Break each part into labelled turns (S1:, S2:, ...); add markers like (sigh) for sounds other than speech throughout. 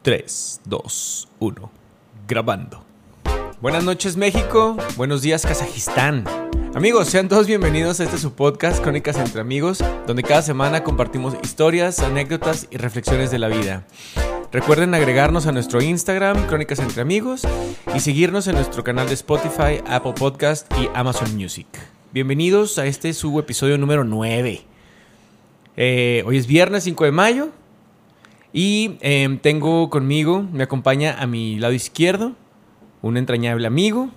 S1: 3, 2, 1. Grabando. Buenas noches México, buenos días Kazajistán. Amigos, sean todos bienvenidos a este su podcast Crónicas entre amigos, donde cada semana compartimos historias, anécdotas y reflexiones de la vida. Recuerden agregarnos a nuestro Instagram, Crónicas entre amigos, y seguirnos en nuestro canal de Spotify, Apple Podcast y Amazon Music. Bienvenidos a este su episodio número 9. Eh, hoy es viernes 5 de mayo y eh, tengo conmigo, me acompaña a mi lado izquierdo, un entrañable amigo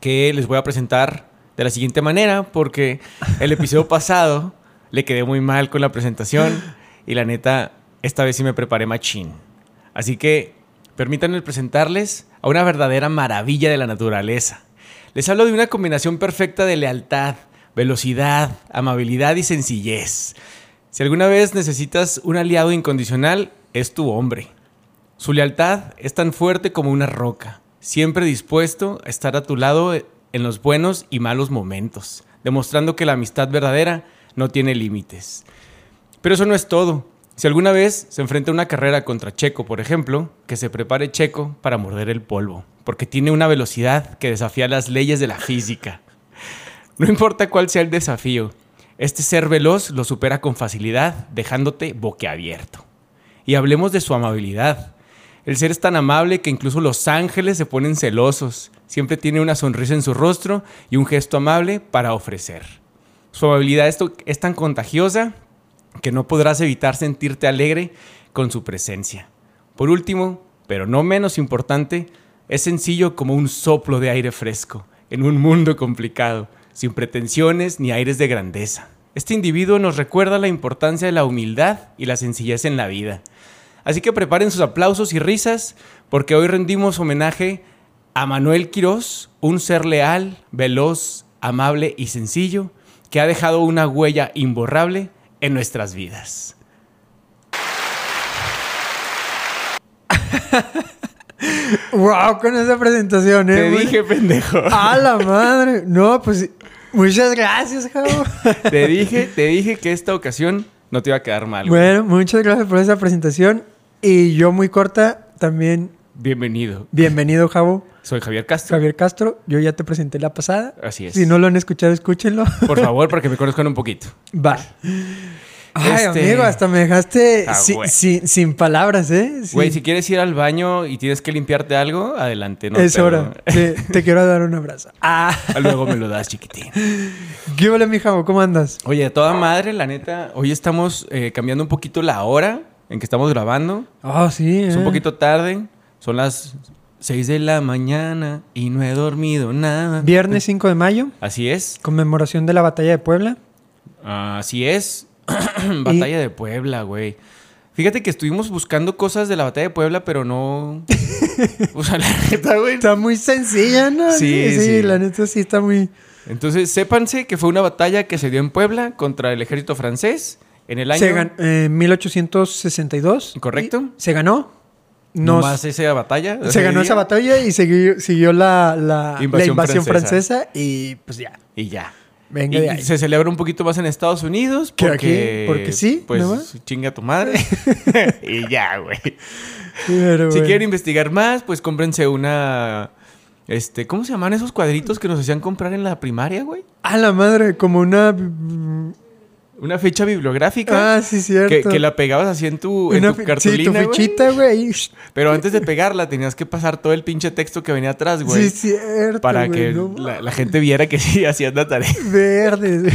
S1: que les voy a presentar de la siguiente manera porque el episodio pasado le quedé muy mal con la presentación y la neta, esta vez sí me preparé machín. Así que permítanme presentarles a una verdadera maravilla de la naturaleza. Les hablo de una combinación perfecta de lealtad, velocidad, amabilidad y sencillez. Si alguna vez necesitas un aliado incondicional, es tu hombre. Su lealtad es tan fuerte como una roca, siempre dispuesto a estar a tu lado en los buenos y malos momentos, demostrando que la amistad verdadera no tiene límites. Pero eso no es todo. Si alguna vez se enfrenta a una carrera contra Checo, por ejemplo, que se prepare Checo para morder el polvo, porque tiene una velocidad que desafía las leyes de la física. No importa cuál sea el desafío, este ser veloz lo supera con facilidad, dejándote boquiabierto. Y hablemos de su amabilidad. El ser es tan amable que incluso los ángeles se ponen celosos. Siempre tiene una sonrisa en su rostro y un gesto amable para ofrecer. Su amabilidad es, to- es tan contagiosa que no podrás evitar sentirte alegre con su presencia. Por último, pero no menos importante, es sencillo como un soplo de aire fresco en un mundo complicado, sin pretensiones ni aires de grandeza. Este individuo nos recuerda la importancia de la humildad y la sencillez en la vida. Así que preparen sus aplausos y risas porque hoy rendimos homenaje a Manuel Quirós, un ser leal, veloz, amable y sencillo que ha dejado una huella imborrable en nuestras vidas.
S2: Wow, con esa presentación, eh.
S1: Te
S2: güey.
S1: dije, pendejo.
S2: A la madre. No, pues muchas gracias, Javo.
S1: Te dije, te dije que esta ocasión no te iba a quedar mal. güey.
S2: bueno, muchas gracias por esa presentación. Y yo muy corta, también
S1: Bienvenido.
S2: bienvenido, Javo.
S1: Soy Javier Castro.
S2: Javier Castro, yo ya te presenté la pasada.
S1: Así es.
S2: Si no lo han escuchado, escúchenlo. (laughs)
S1: Por favor, para que me conozcan un poquito.
S2: Va. Ay,
S1: Este-
S2: amigo, hasta me dejaste
S1: Ah,
S2: si-
S1: güey.
S2: sin, sin palabras, ¿eh? Sí.
S1: Güey, si quieres ir al baño y tienes que limpiarte algo, adelante. No
S2: es
S1: pero-
S2: hora. Te, te quiero dar un abrazo. Ah,
S1: Luego me lo das, chiquitín.
S2: ¿qué hola, mi Javo? ¿Cómo andas?
S1: Oye, a toda madre, la neta, hoy estamos eh, cambiando un poquito la hora en que estamos grabando.
S2: Ah, sí.
S1: Es
S2: eh.
S1: un poquito tarde. Son las 6 de la mañana y no he dormido nada.
S2: eh. Viernes 5 de mayo.
S1: Así es.
S2: Conmemoración de la batalla
S1: (laughs)
S2: de Puebla.
S1: Así es. (clears throat) batalla de Puebla, güey. Fíjate que estuvimos buscando cosas de la batalla de Puebla, pero
S2: (laughs)
S1: no. o sea, la neta, güey.
S2: Está muy sencilla, ¿no?
S1: Sí, sí.
S2: la neta sí está muy...
S1: Entonces, sépanse que fue una batalla que se dio en Puebla contra el ejército francés en el año.
S2: Se eh, ganó en 1862.
S1: Correcto.
S2: Y ¿Se ganó? No.
S1: No más esa batalla.
S2: se ganó esa batalla y siguió, siguió la, la- la
S1: Invasión
S2: invasión
S1: francesa.
S2: francesa. y pues ya.
S1: Y ya.
S2: Venga
S1: Y
S2: de ahí.
S1: se celebra un poquito más en Estados Unidos
S2: Que
S1: porque,
S2: aquí, porque sí,
S1: pues
S2: ¿no más?
S1: chinga tu
S2: (laughs)
S1: madre (laughs) y ya, güey.
S2: Pero,
S1: Si
S2: bueno.
S1: quieren investigar más, pues cómprense una este, ¿cómo se llaman esos cuadritos que nos hacían comprar en la primaria, güey?
S2: A la madre, como una...
S1: Una fecha bibliográfica
S2: Ah, sí, cierto.
S1: que, que la pegabas así en tu, en
S2: Una
S1: tu
S2: fi-
S1: cartulina,
S2: Sí, tu
S1: güey.
S2: fichita, güey.
S1: Pero antes de pegarla tenías que pasar todo el pinche texto que venía atrás, güey.
S2: Sí, cierto,
S1: para
S2: güey,
S1: que
S2: no
S1: la, la gente viera que (laughs) sí hacías la tarea.
S2: Verdes.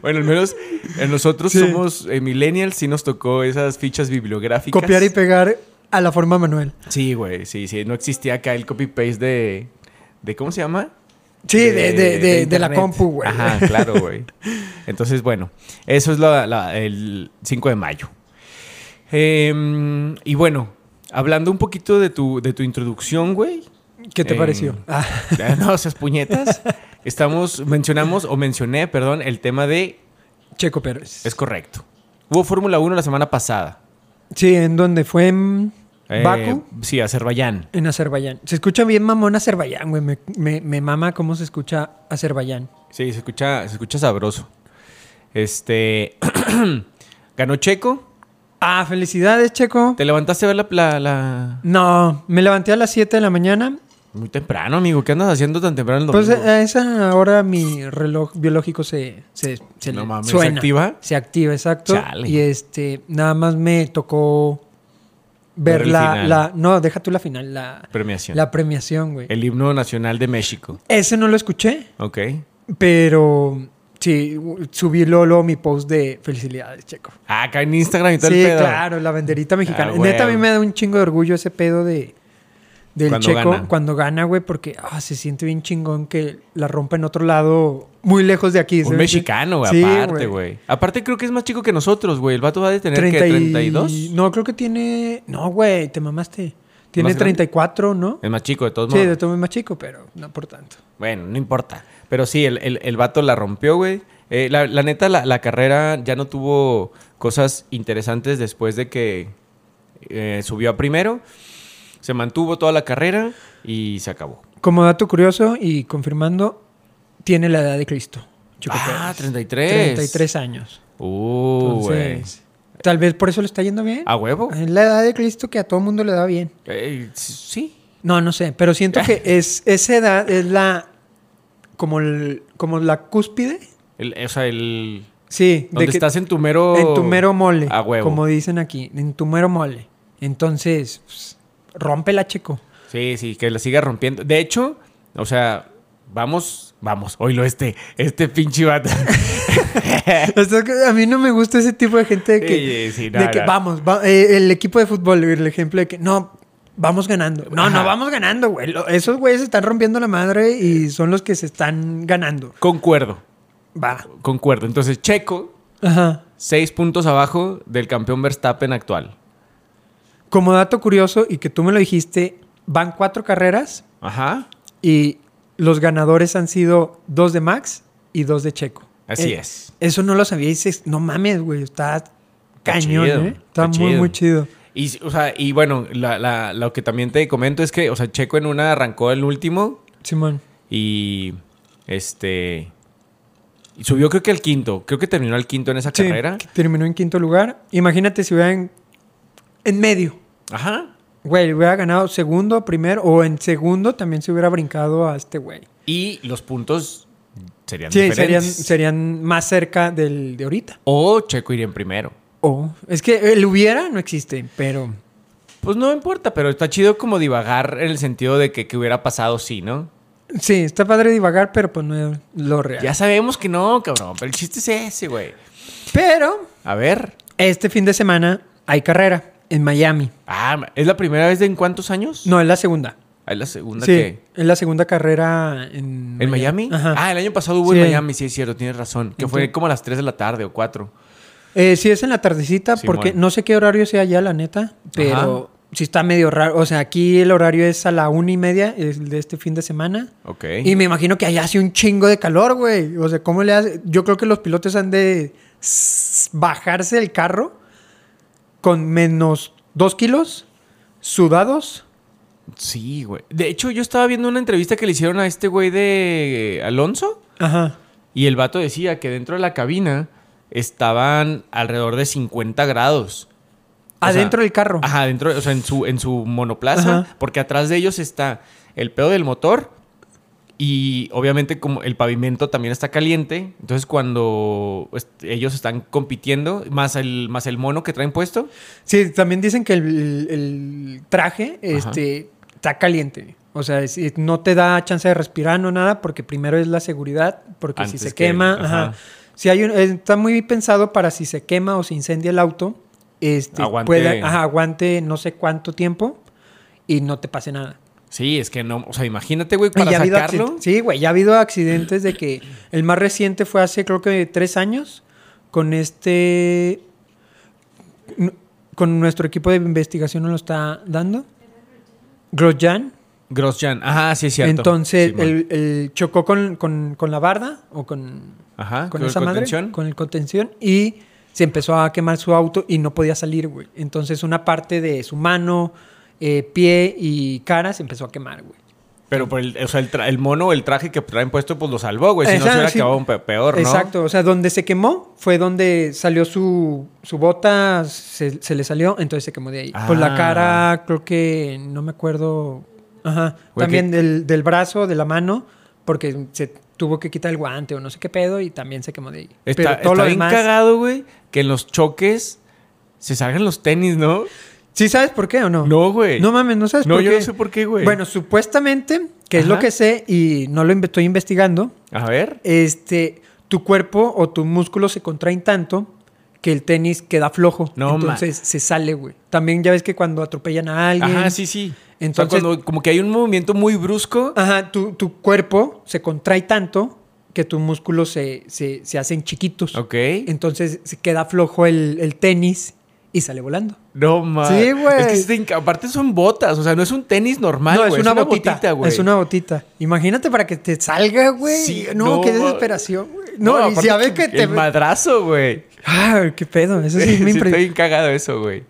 S1: Bueno, al menos eh, nosotros
S2: Sí.
S1: somos eh, millennials, sí nos tocó esas fichas bibliográficas.
S2: Copiar y pegar a la forma Manuel.
S1: Sí, güey, sí, sí. No existía acá el copy-paste de, de... ¿Cómo se llama?
S2: Sí, de, de, de, de la
S1: internet.
S2: compu, güey.
S1: Ajá, claro, güey. Entonces, bueno, eso es la- la- el 5 de mayo. Em, y bueno, hablando un poquito de tu, de tu introducción, güey.
S2: (laughs) ¿Qué te
S1: Eh,
S2: pareció? Ah,
S1: Ah, (laughs) No seas puñetas. Estamos, mencionamos o mencioné, perdón, el tema de
S2: Checo Pérez.
S1: es correcto. Hubo Fórmula 1 la semana pasada.
S2: Sí, en donde fue en
S1: Eh,
S2: Baku,
S1: Sí, Azerbaiyán.
S2: en Azerbaiyán. Se escucha bien mamón Azerbaiyán, güey. Me, me- me mama cómo se escucha Azerbaiyán.
S1: Sí, se (clears throat) escucha, se escucha sabroso. Este ganó Checo
S2: Ah, felicidades, Checo.
S1: ¿Te levantaste a ver la, la- la-
S2: No, me levanté a las 7 de la mañana.
S1: Muy temprano, amigo. ¿Qué andas haciendo tan temprano el domingo?
S2: Pues a esa hora mi reloj biológico se, se, se
S1: No
S2: le
S1: mames,
S2: suena.
S1: ¿se activa?
S2: Se activa, exacto.
S1: Chale.
S2: Y este, nada más me tocó ver
S1: Ver el
S2: la,
S1: final.
S2: la- No, deja tú la final, la,
S1: Premiación.
S2: la premiación, güey.
S1: El himno nacional de México.
S2: Ese no lo escuché,
S1: Ok.
S2: pero sí, u- subí luego, luego mi post de felicidades, Checo.
S1: Ah, acá en Instagram y todo
S2: Sí,
S1: el pedo.
S2: claro, la banderita mexicana.
S1: Ah,
S2: Neta, a
S1: güey.
S2: mí me da un chingo de orgullo ese pedo de del
S1: Cuando
S2: checo
S1: gana.
S2: cuando gana, güey, porque ah, se siente bien chingón que la rompa en otro lado muy lejos de aquí.
S1: Un
S2: ¿sabes?
S1: mexicano, güey,
S2: Sí,
S1: aparte, güey. Aparte creo que es más chico que nosotros, güey. El vato va a tener que
S2: Treinta y-
S1: 32.
S2: No, creo que tiene. No, güey, te mamaste. Tiene
S1: ¿Más grande?
S2: 34, ¿no?
S1: Es más chico de todos
S2: Sí,
S1: modos.
S2: de todo es más chico, pero no por tanto.
S1: Bueno, no importa. Pero sí, el, el- el vato la rompió, güey. Eh, la, la neta, la, la carrera ya no tuvo cosas interesantes después de que eh, subió a primero. Se mantuvo toda la carrera y se acabó.
S2: Como dato curioso y confirmando, tiene la edad de Cristo. Checo
S1: ah,
S2: Pérez.
S1: 33.
S2: 33 años.
S1: Uh, güey. Ah,
S2: Entonces, tal vez por eso le está yendo bien.
S1: A huevo.
S2: Es la edad de Cristo que a todo mundo le da bien.
S1: Eh, sí.
S2: No, no sé, pero siento
S1: (laughs)
S2: que es esa edad es la como el- como la cúspide.
S1: El- o sea, el...
S2: Sí,
S1: Donde
S2: que-
S1: estás en tu mero...
S2: en tu mero mole,
S1: A huevo.
S2: como dicen aquí, en tu mero mole. Entonces, pues, rómpela, chico.
S1: Sí, sí, que la siga rompiendo. De hecho, o sea, vamos, vamos, oílo este, este pinche vato.
S2: (laughs) O sea, que a mí no me gusta ese tipo de gente de que,
S1: Sí, sí, no,
S2: de que
S1: no.
S2: vamos, va- eh, el equipo de fútbol, el ejemplo de que no, vamos ganando. No,
S1: Ajá.
S2: no, vamos ganando, güey. Lo- Esos güeyes se están rompiendo la madre y son los que se están ganando.
S1: Concuerdo,
S2: Va.
S1: concuerdo. Entonces, Checo,
S2: Ajá.
S1: seis puntos abajo del campeón Verstappen actual.
S2: Como dato curioso, y que tú me lo dijiste, van cuatro carreras
S1: Ajá.
S2: y los ganadores han sido dos de Max y dos de Checo.
S1: Así
S2: Eh,
S1: es.
S2: Eso no lo sabía y dices, no mames, güey, está cañón,
S1: chido,
S2: ¿eh?
S1: está
S2: Está, muy,
S1: chido.
S2: muy chido.
S1: Y, o sea, y bueno, la- la- lo que también te comento es que, o sea, Checo en una arrancó el último
S2: Simón.
S1: y este... Y subió creo que al quinto, creo que terminó al quinto en esa
S2: Sí,
S1: carrera.
S2: que terminó en quinto lugar. Imagínate si hubiera en, en medio.
S1: Ajá.
S2: Güey, hubiera ganado segundo, primero, o en segundo también se hubiera brincado a este güey.
S1: Y los puntos serían
S2: Sí, serían,
S1: diferentes.
S2: serían más cerca del de ahorita.
S1: O Checo iría en primero.
S2: O es que el hubiera no existe, pero
S1: Pues no importa, pero está chido como divagar en el sentido de que, que hubiera pasado sí, ¿no?
S2: Sí, está padre divagar, pero pues no es lo real.
S1: Ya sabemos que no, cabrón, pero el chiste es ese, güey.
S2: Pero
S1: A ver.
S2: este fin de semana hay carrera en Miami.
S1: Ah, ¿es la primera vez de en cuántos años?
S2: No, es la segunda.
S1: Ah, Es la segunda
S2: Sí,
S1: que...
S2: es la segunda carrera en
S1: ¿En Miami?
S2: Ajá.
S1: Ah, el año pasado hubo en
S2: Sí.
S1: Miami, sí es cierto, tienes razón. Que fue
S2: Entonces-
S1: como a las 3 de la tarde o 4.
S2: Eh, sí, es en la tardecita,
S1: Simón.
S2: porque no sé qué horario sea ya, la neta, pero sí está medio raro. O sea, aquí el horario es a la una y media el de este fin de semana.
S1: Ok.
S2: Y me imagino que allá hace un chingo de calor, güey. O sea, ¿cómo le hace? Yo creo que los pilotos han de s- bajarse del carro con menos dos kilos, sudados.
S1: Sí, güey. De hecho, yo estaba viendo una entrevista que le hicieron a este güey de Alonso.
S2: Ajá.
S1: Y el vato decía que dentro de la cabina estaban alrededor de 50 grados. O sea,
S2: Adentro del carro.
S1: Ajá, dentro, o sea, en su, en su monoplaza.
S2: Ajá.
S1: Porque atrás de ellos está el pedo del motor. Y obviamente como el pavimento también está caliente. Entonces cuando pues, ellos están compitiendo, más el, más el mono que traen puesto.
S2: Sí, también dicen que el, el traje
S1: Ajá.
S2: este, está caliente. O sea, es- es- no te da chance de respirar, no nada, porque primero es la seguridad, porque
S1: Antes
S2: si se
S1: que-
S2: quema,
S1: ajá.
S2: ajá. Si hay un- está muy pensado para si se quema o se incendia el auto, este,
S1: Aguante.
S2: pueda- ajá, aguante no sé cuánto tiempo y no te pase nada.
S1: Sí, es que no, o sea, imagínate, güey,
S2: Y
S1: para
S2: ya ha habido
S1: sacarlo.
S2: accidentes- sí, güey, ya ha habido accidentes de que el más reciente fue hace creo que tres años con este, n- con nuestro equipo de investigación nos lo está dando. Grosjean.
S1: Grosjean, ajá, sí es cierto.
S2: Entonces,
S1: Simón.
S2: el, el chocó con, con- con la barda o con,
S1: Ajá,
S2: con
S1: Ah, con
S2: esa madre,
S1: contención.
S2: con el contención y se empezó a quemar su auto y no podía salir, güey. Entonces, una parte de su mano, eh, pie y cara se empezó a quemar, güey.
S1: Pero por el, o sea, el, tra- el mono, el traje que traen puesto, pues lo salvó, güey. Si no, se
S2: Exacto,
S1: hubiera
S2: sí.
S1: acabado un pe- peor, ¿no?
S2: Exacto, o sea, donde se quemó fue donde salió su, su bota, se, se le salió, entonces se quemó de ahí. Por
S1: Ah.
S2: la cara, creo que no me acuerdo. Ajá,
S1: Güey,
S2: también del, del brazo, de la mano, porque se tuvo que quitar el guante o no sé qué pedo y también se quemó de ahí.
S1: Está,
S2: Pero todo
S1: está
S2: lo
S1: bien
S2: demás.
S1: cagado, güey, que en los choques se salgan los tenis, ¿no?
S2: ¿Sí sabes por qué o no?
S1: No, güey.
S2: No mames, no sabes
S1: No,
S2: por
S1: yo
S2: qué.
S1: no sé por qué, güey.
S2: Bueno, supuestamente, que es lo
S1: Ajá.
S2: que sé y no lo inve- estoy investigando,
S1: A ver.
S2: este, tu cuerpo o tus músculos se contraen tanto que el tenis queda flojo.
S1: No, ma-
S2: entonces se sale, güey. También ya ves que cuando atropellan a alguien.
S1: Ajá, sí, sí. Entonces,
S2: Entonces-
S1: como que hay un movimiento muy brusco.
S2: Ajá, tu, tu cuerpo se contrae tanto que tus músculos se, se, se hacen chiquitos.
S1: Ok.
S2: Entonces se queda flojo el, el tenis y sale volando.
S1: No mames.
S2: Sí, güey.
S1: Es que está inca- aparte son botas, o sea, no es un tenis normal,
S2: no,
S1: güey.
S2: es una, botita.
S1: güey.
S2: es una botita. Imagínate para que te salga, güey.
S1: Sí,
S2: no,
S1: no,
S2: qué
S1: ma-
S2: desesperación, güey. No, y
S1: aparte
S2: si a ver que
S1: el
S2: te.
S1: madrazo, güey.
S2: Ah, qué pedo.
S1: (laughs)
S2: Eso
S1: Sí,
S2: sí me
S1: está
S2: impresionó.
S1: bien cagado eso, güey.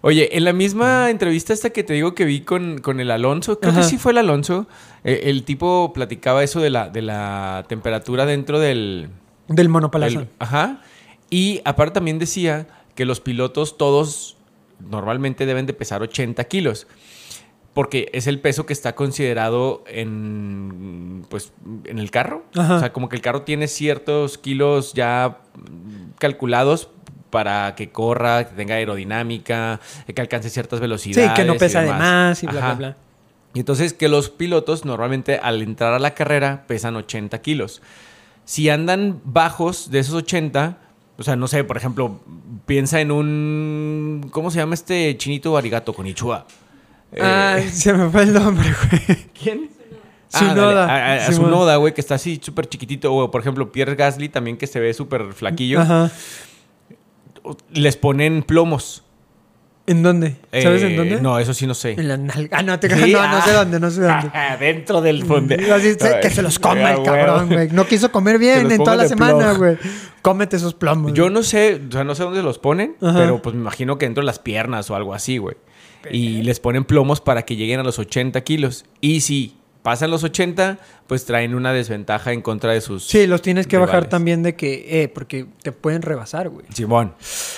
S1: Oye, en la misma entrevista esta que te digo que vi con, con el Alonso, creo que
S2: Ajá.
S1: sí fue el Alonso, eh, el tipo platicaba eso de la, de la temperatura dentro del...
S2: Del monopalazo.
S1: del- ajá. Y aparte también decía que los pilotos todos normalmente deben de pesar 80 kilos. Porque es el peso que está considerado en, pues, en el carro.
S2: Ajá.
S1: O sea, como que el carro tiene ciertos kilos ya mm, calculados para que corra, que tenga aerodinámica, que alcance ciertas velocidades.
S2: Sí, que no
S1: y
S2: pesa de
S1: demás.
S2: más y bla,
S1: Ajá.
S2: bla, bla.
S1: Y entonces que los pilotos normalmente al entrar a la carrera pesan 80 kilos. Si andan bajos de esos 80, o sea, no sé, por ejemplo, piensa en un... ¿Cómo se llama este chinito arigato con Ichua? Eh,
S2: Ah, se me fue el nombre, güey.
S1: ¿Quién?
S2: Tsunoda.
S1: Ah, A, a
S2: Simón.
S1: Tsunoda, güey, que está así súper chiquitito. O, por ejemplo, Pierre Gasly también, que se ve súper flaquillo.
S2: Ajá.
S1: Les ponen plomos.
S2: ¿En dónde? ¿Sabes
S1: Eh,
S2: en dónde?
S1: No, eso sí no sé.
S2: En la nalga. Ah, (laughs) no, te
S1: Sí,
S2: no,
S1: ah.
S2: no sé dónde, no sé (laughs) dónde.
S1: (laughs) Dentro del fondo.
S2: Así, se- que se
S1: (laughs)
S2: los coma
S1: Ah,
S2: el cabrón, güey. No quiso (laughs) comer
S1: Que
S2: bien
S1: los
S2: en toda
S1: ponga
S2: la
S1: de
S2: semana,
S1: ploj.
S2: güey. Cómete esos plomos.
S1: Yo
S2: güey.
S1: no sé, o sea, no sé dónde los ponen,
S2: Ajá.
S1: pero pues me imagino que dentro de las piernas o algo así, güey. Y les ponen plomos para que lleguen a los 80 kilos. Y si pasan los 80, pues traen una desventaja en contra de sus.
S2: Sí, los tienes que bajar
S1: rivales.
S2: también de que, eh, porque te pueden rebasar, güey.
S1: Simón.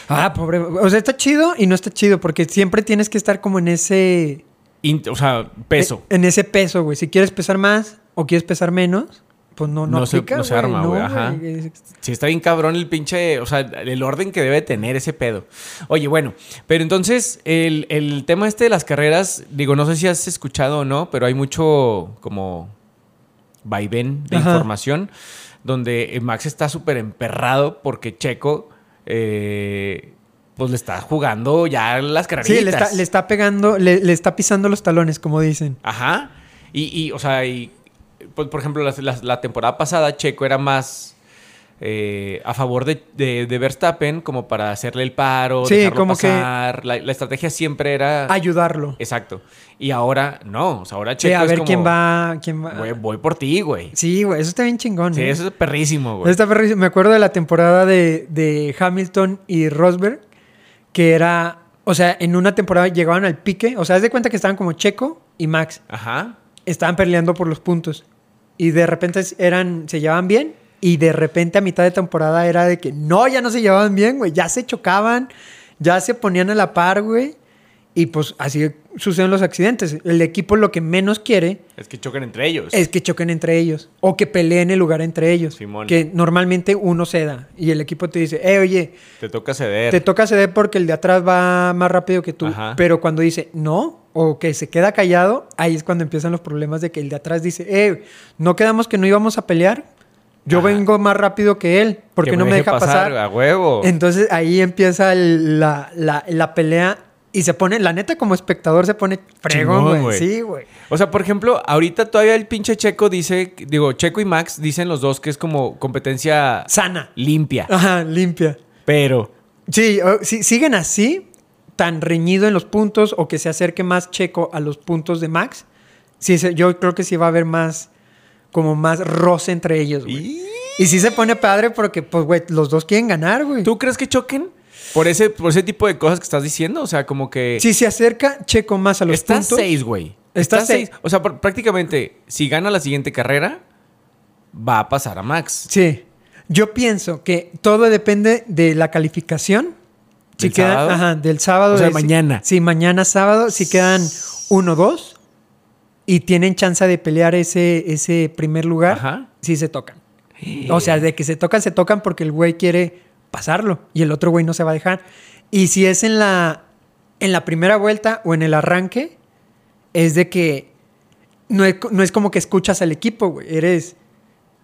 S2: Ah, pobre. O sea, está chido y no está chido, porque siempre tienes que estar como en ese.
S1: Int- o sea, peso.
S2: Eh, En ese peso, güey. Si quieres pesar más o quieres pesar menos, pues no, no,
S1: No se-
S2: aplica,
S1: no se arma, güey, ajá.
S2: güey.
S1: Sí, está bien cabrón el pinche, o sea, el orden que debe tener ese pedo. Oye, bueno, pero entonces el, el tema este de las carreras, digo, no sé si has escuchado o no, pero hay mucho como vaivén de
S2: Ajá.
S1: información donde eh, Max está súper emperrado porque Checo, eh, pues le está jugando ya las carreritas.
S2: Sí, le está, le está pegando, le, le está pisando los talones, como dicen.
S1: Ajá. Y, y, o sea, y, pues, por ejemplo, las- las- la, temporada pasada Checo era más eh, a favor de, de- de Verstappen como para hacerle el paro,
S2: Sí,
S1: dejarlo
S2: como que-
S1: pasar. La, la estrategia siempre era...
S2: Ayudarlo.
S1: Exacto. Y ahora no. O sea, ahora
S2: Sí,
S1: Checo
S2: a
S1: es
S2: ver
S1: como,
S2: quién va, quién va.
S1: "Güey, voy por ti, güey.
S2: Sí, güey, eso está bien chingón.
S1: Sí,
S2: ¿eh?
S1: eso es perrísimo, güey.
S2: Está perri- Me acuerdo de la temporada de, de Hamilton y Rosberg, que era, o sea, en una temporada llegaban al pique, o sea, haz de cuenta que estaban como Checo y Max,
S1: Ajá.
S2: estaban peleando por los puntos y de repente eran, se llevaban bien y de repente a mitad de temporada era de que no, ya no se llevaban bien, güey, ya se chocaban, ya se ponían a la par, güey, y pues así suceden los accidentes. El equipo lo que menos quiere
S1: Es que chocan entre ellos.
S2: es que choquen entre ellos o que peleen el lugar entre ellos.
S1: Simón.
S2: Que normalmente uno ceda y el equipo te dice, eh, oye,
S1: Te toca ceder.
S2: te toca ceder porque el de atrás va más rápido que tú.
S1: Ajá.
S2: Pero cuando dice no o que se queda callado, ahí es cuando empiezan los problemas de que el de atrás dice, eh, no quedamos que no íbamos a pelear. Yo
S1: Ajá.
S2: vengo más rápido que él porque
S1: Que
S2: no me
S1: deje
S2: deja pasar.
S1: A huevo.
S2: Entonces ahí empieza el- la, la- la pelea y se pone, la neta como espectador se pone fregón,
S1: Chingón,
S2: güey.
S1: güey.
S2: Sí, güey.
S1: O sea, por ejemplo, ahorita todavía el pinche Checo dice, digo, Checo y Max dicen los dos que es como competencia
S2: Sana.
S1: limpia.
S2: Ajá, limpia.
S1: Pero,
S2: Sí, o- si siguen así, tan reñido en los puntos o que se acerque más Checo a los puntos de Max, sí, se- yo creo que sí va a haber más, como más roce entre ellos, güey. Y sí se pone padre porque, pues, güey, los dos quieren ganar, güey.
S1: ¿tú crees que choquen? Por ese, por ese tipo de cosas que estás diciendo. O sea, como que
S2: Si se acerca Checo más a los
S1: están
S2: puntos...
S1: seis, güey.
S2: Está
S1: Está
S2: seis.
S1: seis. O sea, pr- prácticamente, si gana la siguiente carrera, va a pasar a Max.
S2: Sí. Yo pienso que todo depende de la calificación. Si
S1: ¿Del
S2: quedan,
S1: sábado?
S2: ajá, del sábado.
S1: O sea,
S2: de-
S1: mañana.
S2: Sí, mañana sábado. Si quedan uno, dos. Y tienen chance de pelear ese, ese primer lugar.
S1: Ajá. Eh.
S2: Si se tocan. O sea, de que se tocan, se tocan porque el güey quiere pasarlo. Y el otro güey no se va a dejar. Y si es en la, en la primera vuelta o en el arranque, es de que no es, no es como que escuchas al equipo, güey. Eres.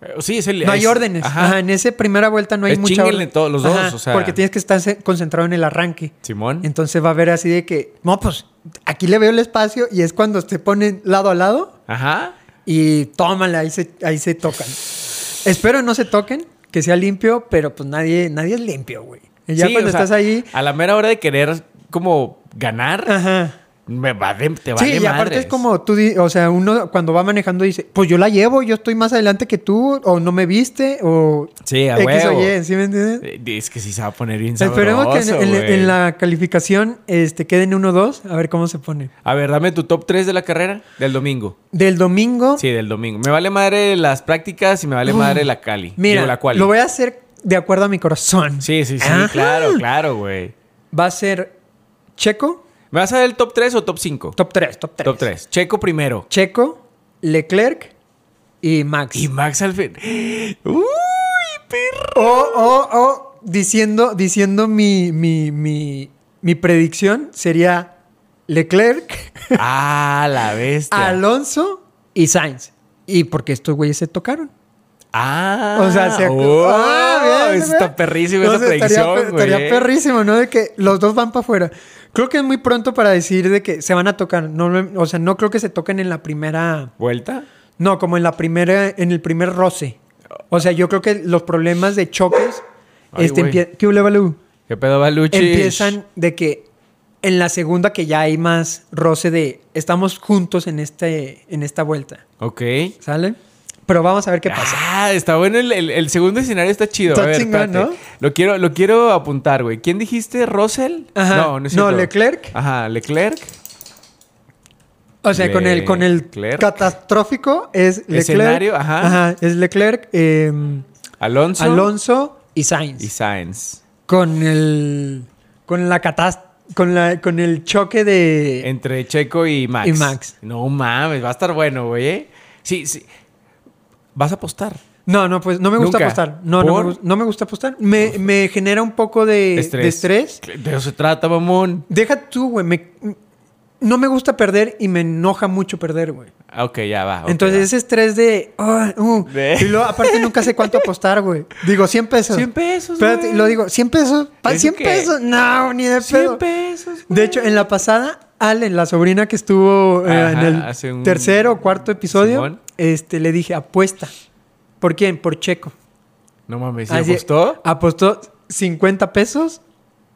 S1: Eh, Sí, es el.
S2: No hay
S1: es-
S2: órdenes.
S1: Ajá.
S2: Ajá, en esa primera vuelta no hay
S1: Es
S2: mucha
S1: chínguenle
S2: orden.
S1: todos los
S2: Ajá,
S1: dos, o sea.
S2: Porque tienes que estar se- concentrado en el arranque.
S1: Simón.
S2: Entonces va a haber así de que, no, pues aquí le veo el espacio y es cuando se ponen lado a lado
S1: Ajá.
S2: y tómala, ahí se, ahí se tocan. Espero no se toquen, que sea limpio, pero pues nadie, nadie es limpio, güey. Y Ya
S1: Sí,
S2: cuando
S1: o sea,
S2: estás ahí.
S1: A la mera hora de querer como ganar,
S2: Ajá.
S1: me va de- te vale
S2: Sí, y aparte
S1: madres.
S2: es como tú, di- o sea, uno cuando va manejando dice, pues yo la llevo, yo estoy más adelante que tú, o no me viste, o
S1: Sí, a
S2: X o
S1: huevo.
S2: Y, ¿sí me entiendes?
S1: Eh, Es que sí se va a poner bien
S2: Esperemos que en,
S1: sabroso,
S2: en-
S1: güey.
S2: en la calificación este, queden 1-2, a ver cómo se pone.
S1: A ver, dame tu top 3 de la carrera del domingo.
S2: Del domingo,
S1: Sí, del domingo. Me vale madre las prácticas y me vale madre la Cali.
S2: Ah. mira,
S1: Digo, la quali.
S2: lo voy a hacer de acuerdo a Ah. mi corazón.
S1: Sí, sí, sí,
S2: Ajá.
S1: claro, claro, güey.
S2: Va a ser Checo,
S1: ¿Me vas a dar el top 3 o top 5?
S2: top 3, top 3.
S1: Top 3. Checo primero.
S2: Checo, Leclerc y Max.
S1: Y Max al fin. ¡Uy, perro!
S2: O, o, o, Oh, diciendo, diciendo mi, mi, mi, mi predicción sería Leclerc,
S1: ¡Ah, la bestia!
S2: Alonso y Sainz. Y porque estos güeyes se tocaron.
S1: ¡Ah!
S2: O sea, se
S1: ¡Oh!
S2: Ah, bien,
S1: Eso
S2: bien.
S1: está perrísimo,
S2: No
S1: esa
S2: sé, estaría
S1: predicción,
S2: per-
S1: güey.
S2: Estaría, perrísimo, ¿no? De que los dos van para afuera. Creo que es muy pronto para decir de que se van a tocar. No, lo- o sea, no creo que se toquen en la primera.
S1: ¿Vuelta?
S2: No, como en la primera, en el primer roce. O sea, yo creo que los problemas de choques,
S1: Ay,
S2: este,
S1: güey.
S2: empie- ¿qué huele, Balú?
S1: ¿Qué pedo, Baluchi?
S2: Empiezan de que en la segunda que ya hay más roce de estamos juntos en este, en esta vuelta,
S1: Ok.
S2: ¿sale? Pero vamos a ver qué pasa.
S1: Ah, está bueno. El, el- el segundo escenario está chido.
S2: Está
S1: a ver,
S2: chingón,
S1: espérate.
S2: ¿no?
S1: Lo quiero, lo quiero apuntar, güey. ¿Quién dijiste? ¿Russell?
S2: Ajá.
S1: No, no es
S2: No,
S1: cierto.
S2: Leclerc.
S1: Ajá, Leclerc.
S2: O sea, con el, con el
S1: Leclerc.
S2: catastrófico es Leclerc.
S1: Escenario, ajá.
S2: es Leclerc, eh,
S1: Alonso.
S2: Alonso y
S1: Y
S2: Sainz.
S1: Sainz.
S2: Con el. Con la catas- Con, la, con el choque de.
S1: Entre Checo y Max.
S2: Y Max.
S1: No mames, va a estar bueno, güey. ¿eh? Sí, sí. Vas a apostar.
S2: No, no, pues no me gusta
S1: Nunca.
S2: apostar. No, no me,
S1: ¿Por?
S2: gus- no me gusta apostar. Me, me genera un poco de
S1: Estrés.
S2: de estrés.
S1: De eso se trata, mamón.
S2: Deja tú, güey. me- No me gusta perder y me enoja mucho perder, güey.
S1: Ah, Ok, ya va. ok,
S2: Entonces
S1: va.
S2: ese estrés de... ah, uh,
S1: De-
S2: Y luego, aparte, nunca sé cuánto apostar, güey. Digo, 100 pesos.
S1: 100 pesos,
S2: Espérate,
S1: güey.
S2: lo digo, 100 pesos. Pa-
S1: ¿Eso
S2: 100
S1: qué?
S2: pesos. No, ni de
S1: 100
S2: pedo.
S1: pesos.
S2: De hecho, en la pasada, Allen, la sobrina que estuvo eh,
S1: Ajá,
S2: en el
S1: hace un-
S2: tercer o cuarto episodio,
S1: Simón.
S2: este, le dije, apuesta. ¿Por quién? Por Checo.
S1: No mames, ¿y
S2: Así-
S1: apostó?
S2: Apostó 50 pesos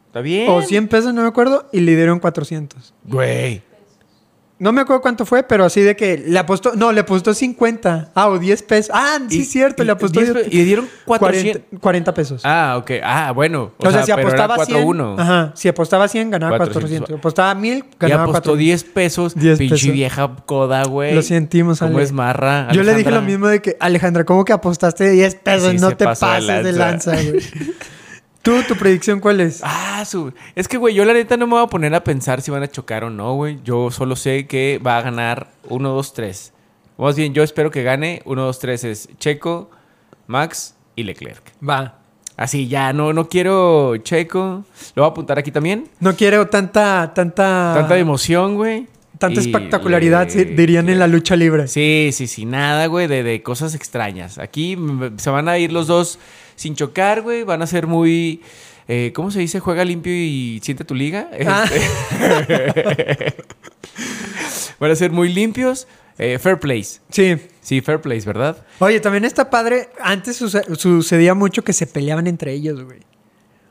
S1: Está bien.
S2: o 100 pesos, no me acuerdo, y le dieron 400.
S1: Güey.
S2: No me acuerdo cuánto fue, pero así de que le apostó, no, le apostó 50. Ah, o 10 pesos. Ah, sí,
S1: Y-
S2: es cierto,
S1: y-
S2: le apostó
S1: 10 pe- y dieron 400.
S2: 40, 40 pesos.
S1: Ah, ok. Ah, bueno.
S2: o, sea, si
S1: pero era
S2: apostaba 100,
S1: 4-1.
S2: ajá, si apostaba 100, ganaba
S1: 400.
S2: 400. Apostaba 1000,
S1: Y
S2: ganaba
S1: apostó
S2: 400.
S1: 10 pesos.
S2: 10
S1: pinche
S2: pesos.
S1: vieja coda, güey.
S2: Lo sentimos,
S1: ¿Cómo
S2: Ale.
S1: es marra?
S2: Yo le dije lo
S1: Alejandra?
S2: mismo de que, Alejandra, ¿cómo que apostaste 10 pesos?
S1: Sí,
S2: no
S1: se
S2: te
S1: pasó de
S2: pases de
S1: lanza. (laughs)
S2: lanza, güey. ¿Tú, tu predicción cuál es?
S1: Ah, su... Es que, güey, yo la neta no me voy a poner a pensar si van a chocar o no, güey. Yo solo sé que va a ganar 1, 2, 3. Más bien, yo espero que gane 1, 2, 3 es Checo, Max y Leclerc.
S2: Va.
S1: Así, ya, no, no quiero Checo. Lo voy a apuntar aquí también.
S2: No quiero tanta, tanta,
S1: Tanta emoción, güey.
S2: Ah, tanta
S1: Y
S2: espectacularidad,
S1: le-
S2: sí, dirían en la lucha libre.
S1: Sí, sí, sí, nada, güey, de, de cosas extrañas. Aquí mm, se van a ir los dos sin chocar, güey. Van a ser muy. eh, ¿Cómo se dice? Juega limpio y siente tu liga.
S2: Ah.
S1: Este- (laughs) van a ser muy limpios. Eh, fair plays.
S2: sí.
S1: Sí, fair plays, ¿verdad?
S2: Oye, también está padre. Antes suce- sucedía mucho que se peleaban entre ellos, güey.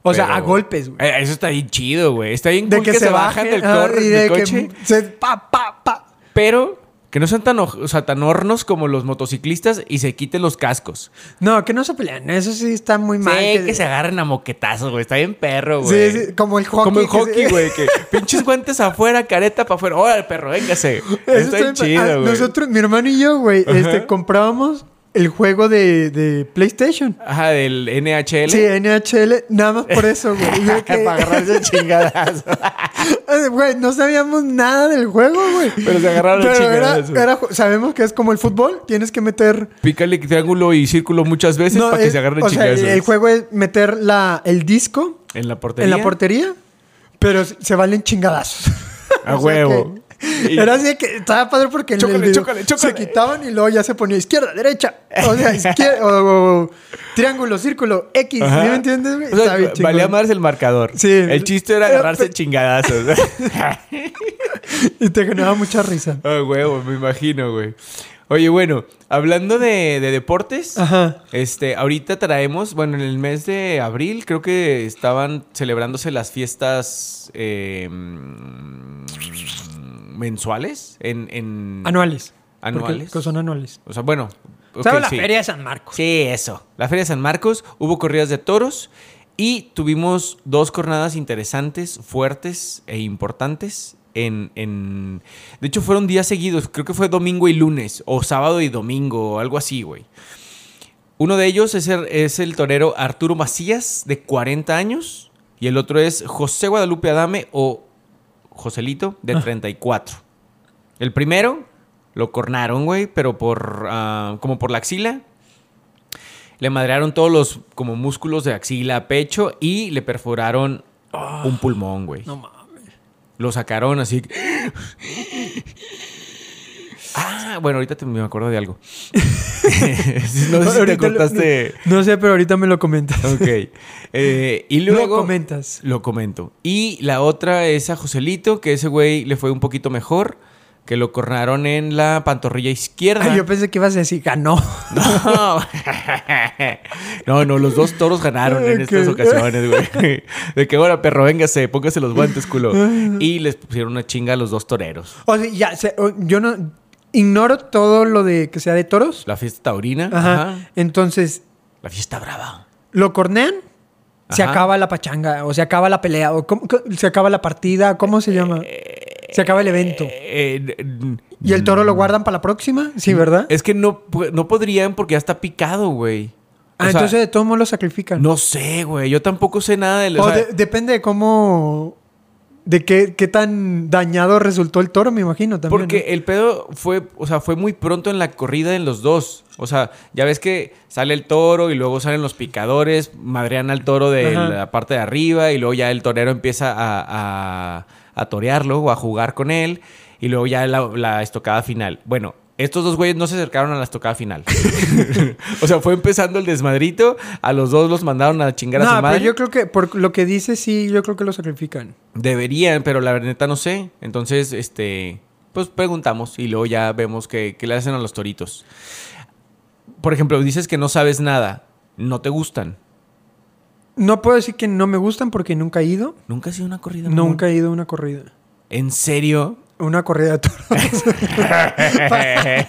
S2: O sea,
S1: Pero-
S2: a golpes, güey.
S1: Eh, eso está bien chido, güey. Está bien
S2: De
S1: cool que, se, bajan del,
S2: ajá,
S1: cor-
S2: y de
S1: del
S2: que
S1: coche.
S2: se- pa, pa, pa.
S1: Pero Que no sean tan, oj- o sea, tan hornos como los motociclistas y se quiten los cascos.
S2: No, que no se pelean. Eso sí está muy mal.
S1: eh. Sí, que se agarren a moquetazos, güey. Está bien perro,
S2: Sí,
S1: güey.
S2: sí, como el hockey.
S1: Como el
S2: que se-
S1: hockey, güey,
S2: (laughs)
S1: que pinches guantes afuera, careta para afuera. Órale, perro, véngase.
S2: Eso
S1: Está bien
S2: está bien- ah,
S1: chido, güey.
S2: Nosotros, mi hermano y yo, güey, este,
S1: Ajá.
S2: comprábamos el juego de, de PlayStation.
S1: Ajá, del NHL.
S2: Sí, NHL, nada más por eso, güey. Y
S1: (laughs)
S2: yo que-
S1: para agarrarse
S2: (laughs)
S1: chingadas.
S2: Ah, (laughs) Güey, no sabíamos nada del juego, güey.
S1: Pero se agarraron
S2: Pero era,
S1: chingadas.
S2: era ju- sabemos que es como el fútbol, tienes que meter...
S1: Pícale triángulo y círculo muchas veces
S2: No,
S1: para que
S2: es-
S1: se agarren
S2: o sea,
S1: chingadas.
S2: el juego es meter la, el disco
S1: en la portería.
S2: en la portería, pero se se valen chingadazos.
S1: A
S2: (laughs) O sea que-
S1: huevo. Y-
S2: Era así que estaba padre porque en el
S1: Chócale,
S2: video
S1: chócale, chócale.
S2: se quitaban y luego ya se ponía izquierda, derecha,
S1: (laughs)
S2: o sea, izquierda, o, o- triángulo, círculo, X,
S1: Ajá.
S2: ¿sí me entiendes? güey?
S1: O sea,
S2: Estaba bien chingón.
S1: valía más el marcador.
S2: Sí.
S1: El chiste era
S2: Era-
S1: agarrarse
S2: (laughs)
S1: chingadazos. (laughs)
S2: Y te generaba mucha risa.
S1: Ah, huevo, me imagino, güey. Oye, bueno, hablando de, de deportes,
S2: Ajá.
S1: este, ahorita traemos, bueno, en el mes de abril creo que estaban celebrándose las fiestas eh, mm, mensuales en, en-
S2: Anuales. Porque-
S1: Anuales.
S2: Que son anuales.
S1: O sea, bueno. ok,
S2: ¿Sabes la
S1: sí.
S2: feria de San Marcos?
S1: Sí, eso. La Feria de San Marcos, hubo corridas de toros y tuvimos dos jornadas interesantes, fuertes e importantes. En, en- De hecho, fueron días seguidos. Creo que fue domingo y lunes, o sábado y domingo, o algo así, güey. Uno de ellos es el, es el torero Arturo Macías, de 40 años, y el otro es José Guadalupe Adame o Joselito, de
S2: Ah.
S1: 34. El primero lo cornaron, güey, pero por ah, como por la axila. Le madrearon todos los como músculos de axila, pecho y le perforaron un pulmón, güey.
S2: Ah. No mames.
S1: Lo sacaron así. Ah, bueno, ahorita te- me acuerdo de
S2: (laughs)
S1: algo. (laughs) no sé si te
S2: Ahorita lo-
S1: contaste.
S2: No, no sé, pero ahorita me lo comentas. (laughs)
S1: Ok. Eh, y (laughs)
S2: Luego,
S1: luego.
S2: lo comentas.
S1: Lo comento. Y la otra es a Joselito, que ese güey le fue un poquito mejor, que lo cornaron en la pantorrilla izquierda.
S2: Ay, yo pensé que ibas a decir ganó.
S1: (laughs) No. no, no, los dos toros ganaron en estas
S2: Ok.
S1: ocasiones, güey. De que, bueno, perro, véngase, póngase los guantes, culo. Y les pusieron una chinga a los dos toreros.
S2: O sea, ya, se- o- yo no ignoro todo lo de que sea de toros.
S1: La fiesta taurina.
S2: Ajá.
S1: ajá.
S2: Entonces,
S1: La fiesta brava.
S2: lo cornean, se
S1: Ajá.
S2: acaba la pachanga, o se acaba la pelea, o cómo- co- se acaba la partida, ¿cómo se llama? Se acaba el evento.
S1: Eh, eh, n-
S2: ¿Y el toro lo guardan para la próxima? Sí, ¿verdad?
S1: es que no, pu- no podrían porque ya está picado, güey. O
S2: Ah,
S1: sea,
S2: entonces de todos modos lo sacrifican.
S1: No sé, güey. Yo tampoco sé nada de...
S2: O
S1: o sea,
S2: Oh, de- depende de cómo. de qué, qué tan dañado resultó el toro, me imagino también.
S1: Porque el pedo fue, o sea, fue muy pronto en la corrida en los dos. O sea, ya ves que sale el toro y luego salen los picadores, madrean al toro de
S2: Ajá.
S1: la parte de arriba y luego ya el torero empieza a, a- a torearlo o a jugar con él y luego ya la, la estocada final. Bueno, estos dos güeyes no se acercaron a la estocada
S2: (laughs)
S1: final. (laughs) o sea, fue empezando el desmadrito, a los dos los mandaron a
S2: ¿no?
S1: chingar a
S2: No,
S1: su
S2: pero
S1: madre.
S2: yo creo que, por lo que dice, sí, yo creo que lo sacrifican.
S1: Deberían, pero la neta no sé. Entonces, este, pues preguntamos y luego ya vemos qué, qué le hacen a los toritos. Por ejemplo, dices que no sabes nada, no te gustan.
S2: No puedo decir que no me gustan porque nunca he ido.
S1: ¿Nunca has sido una corrida? mamón?
S2: Nunca he ido a una corrida.
S1: ¿En serio?
S2: Una corrida de toros.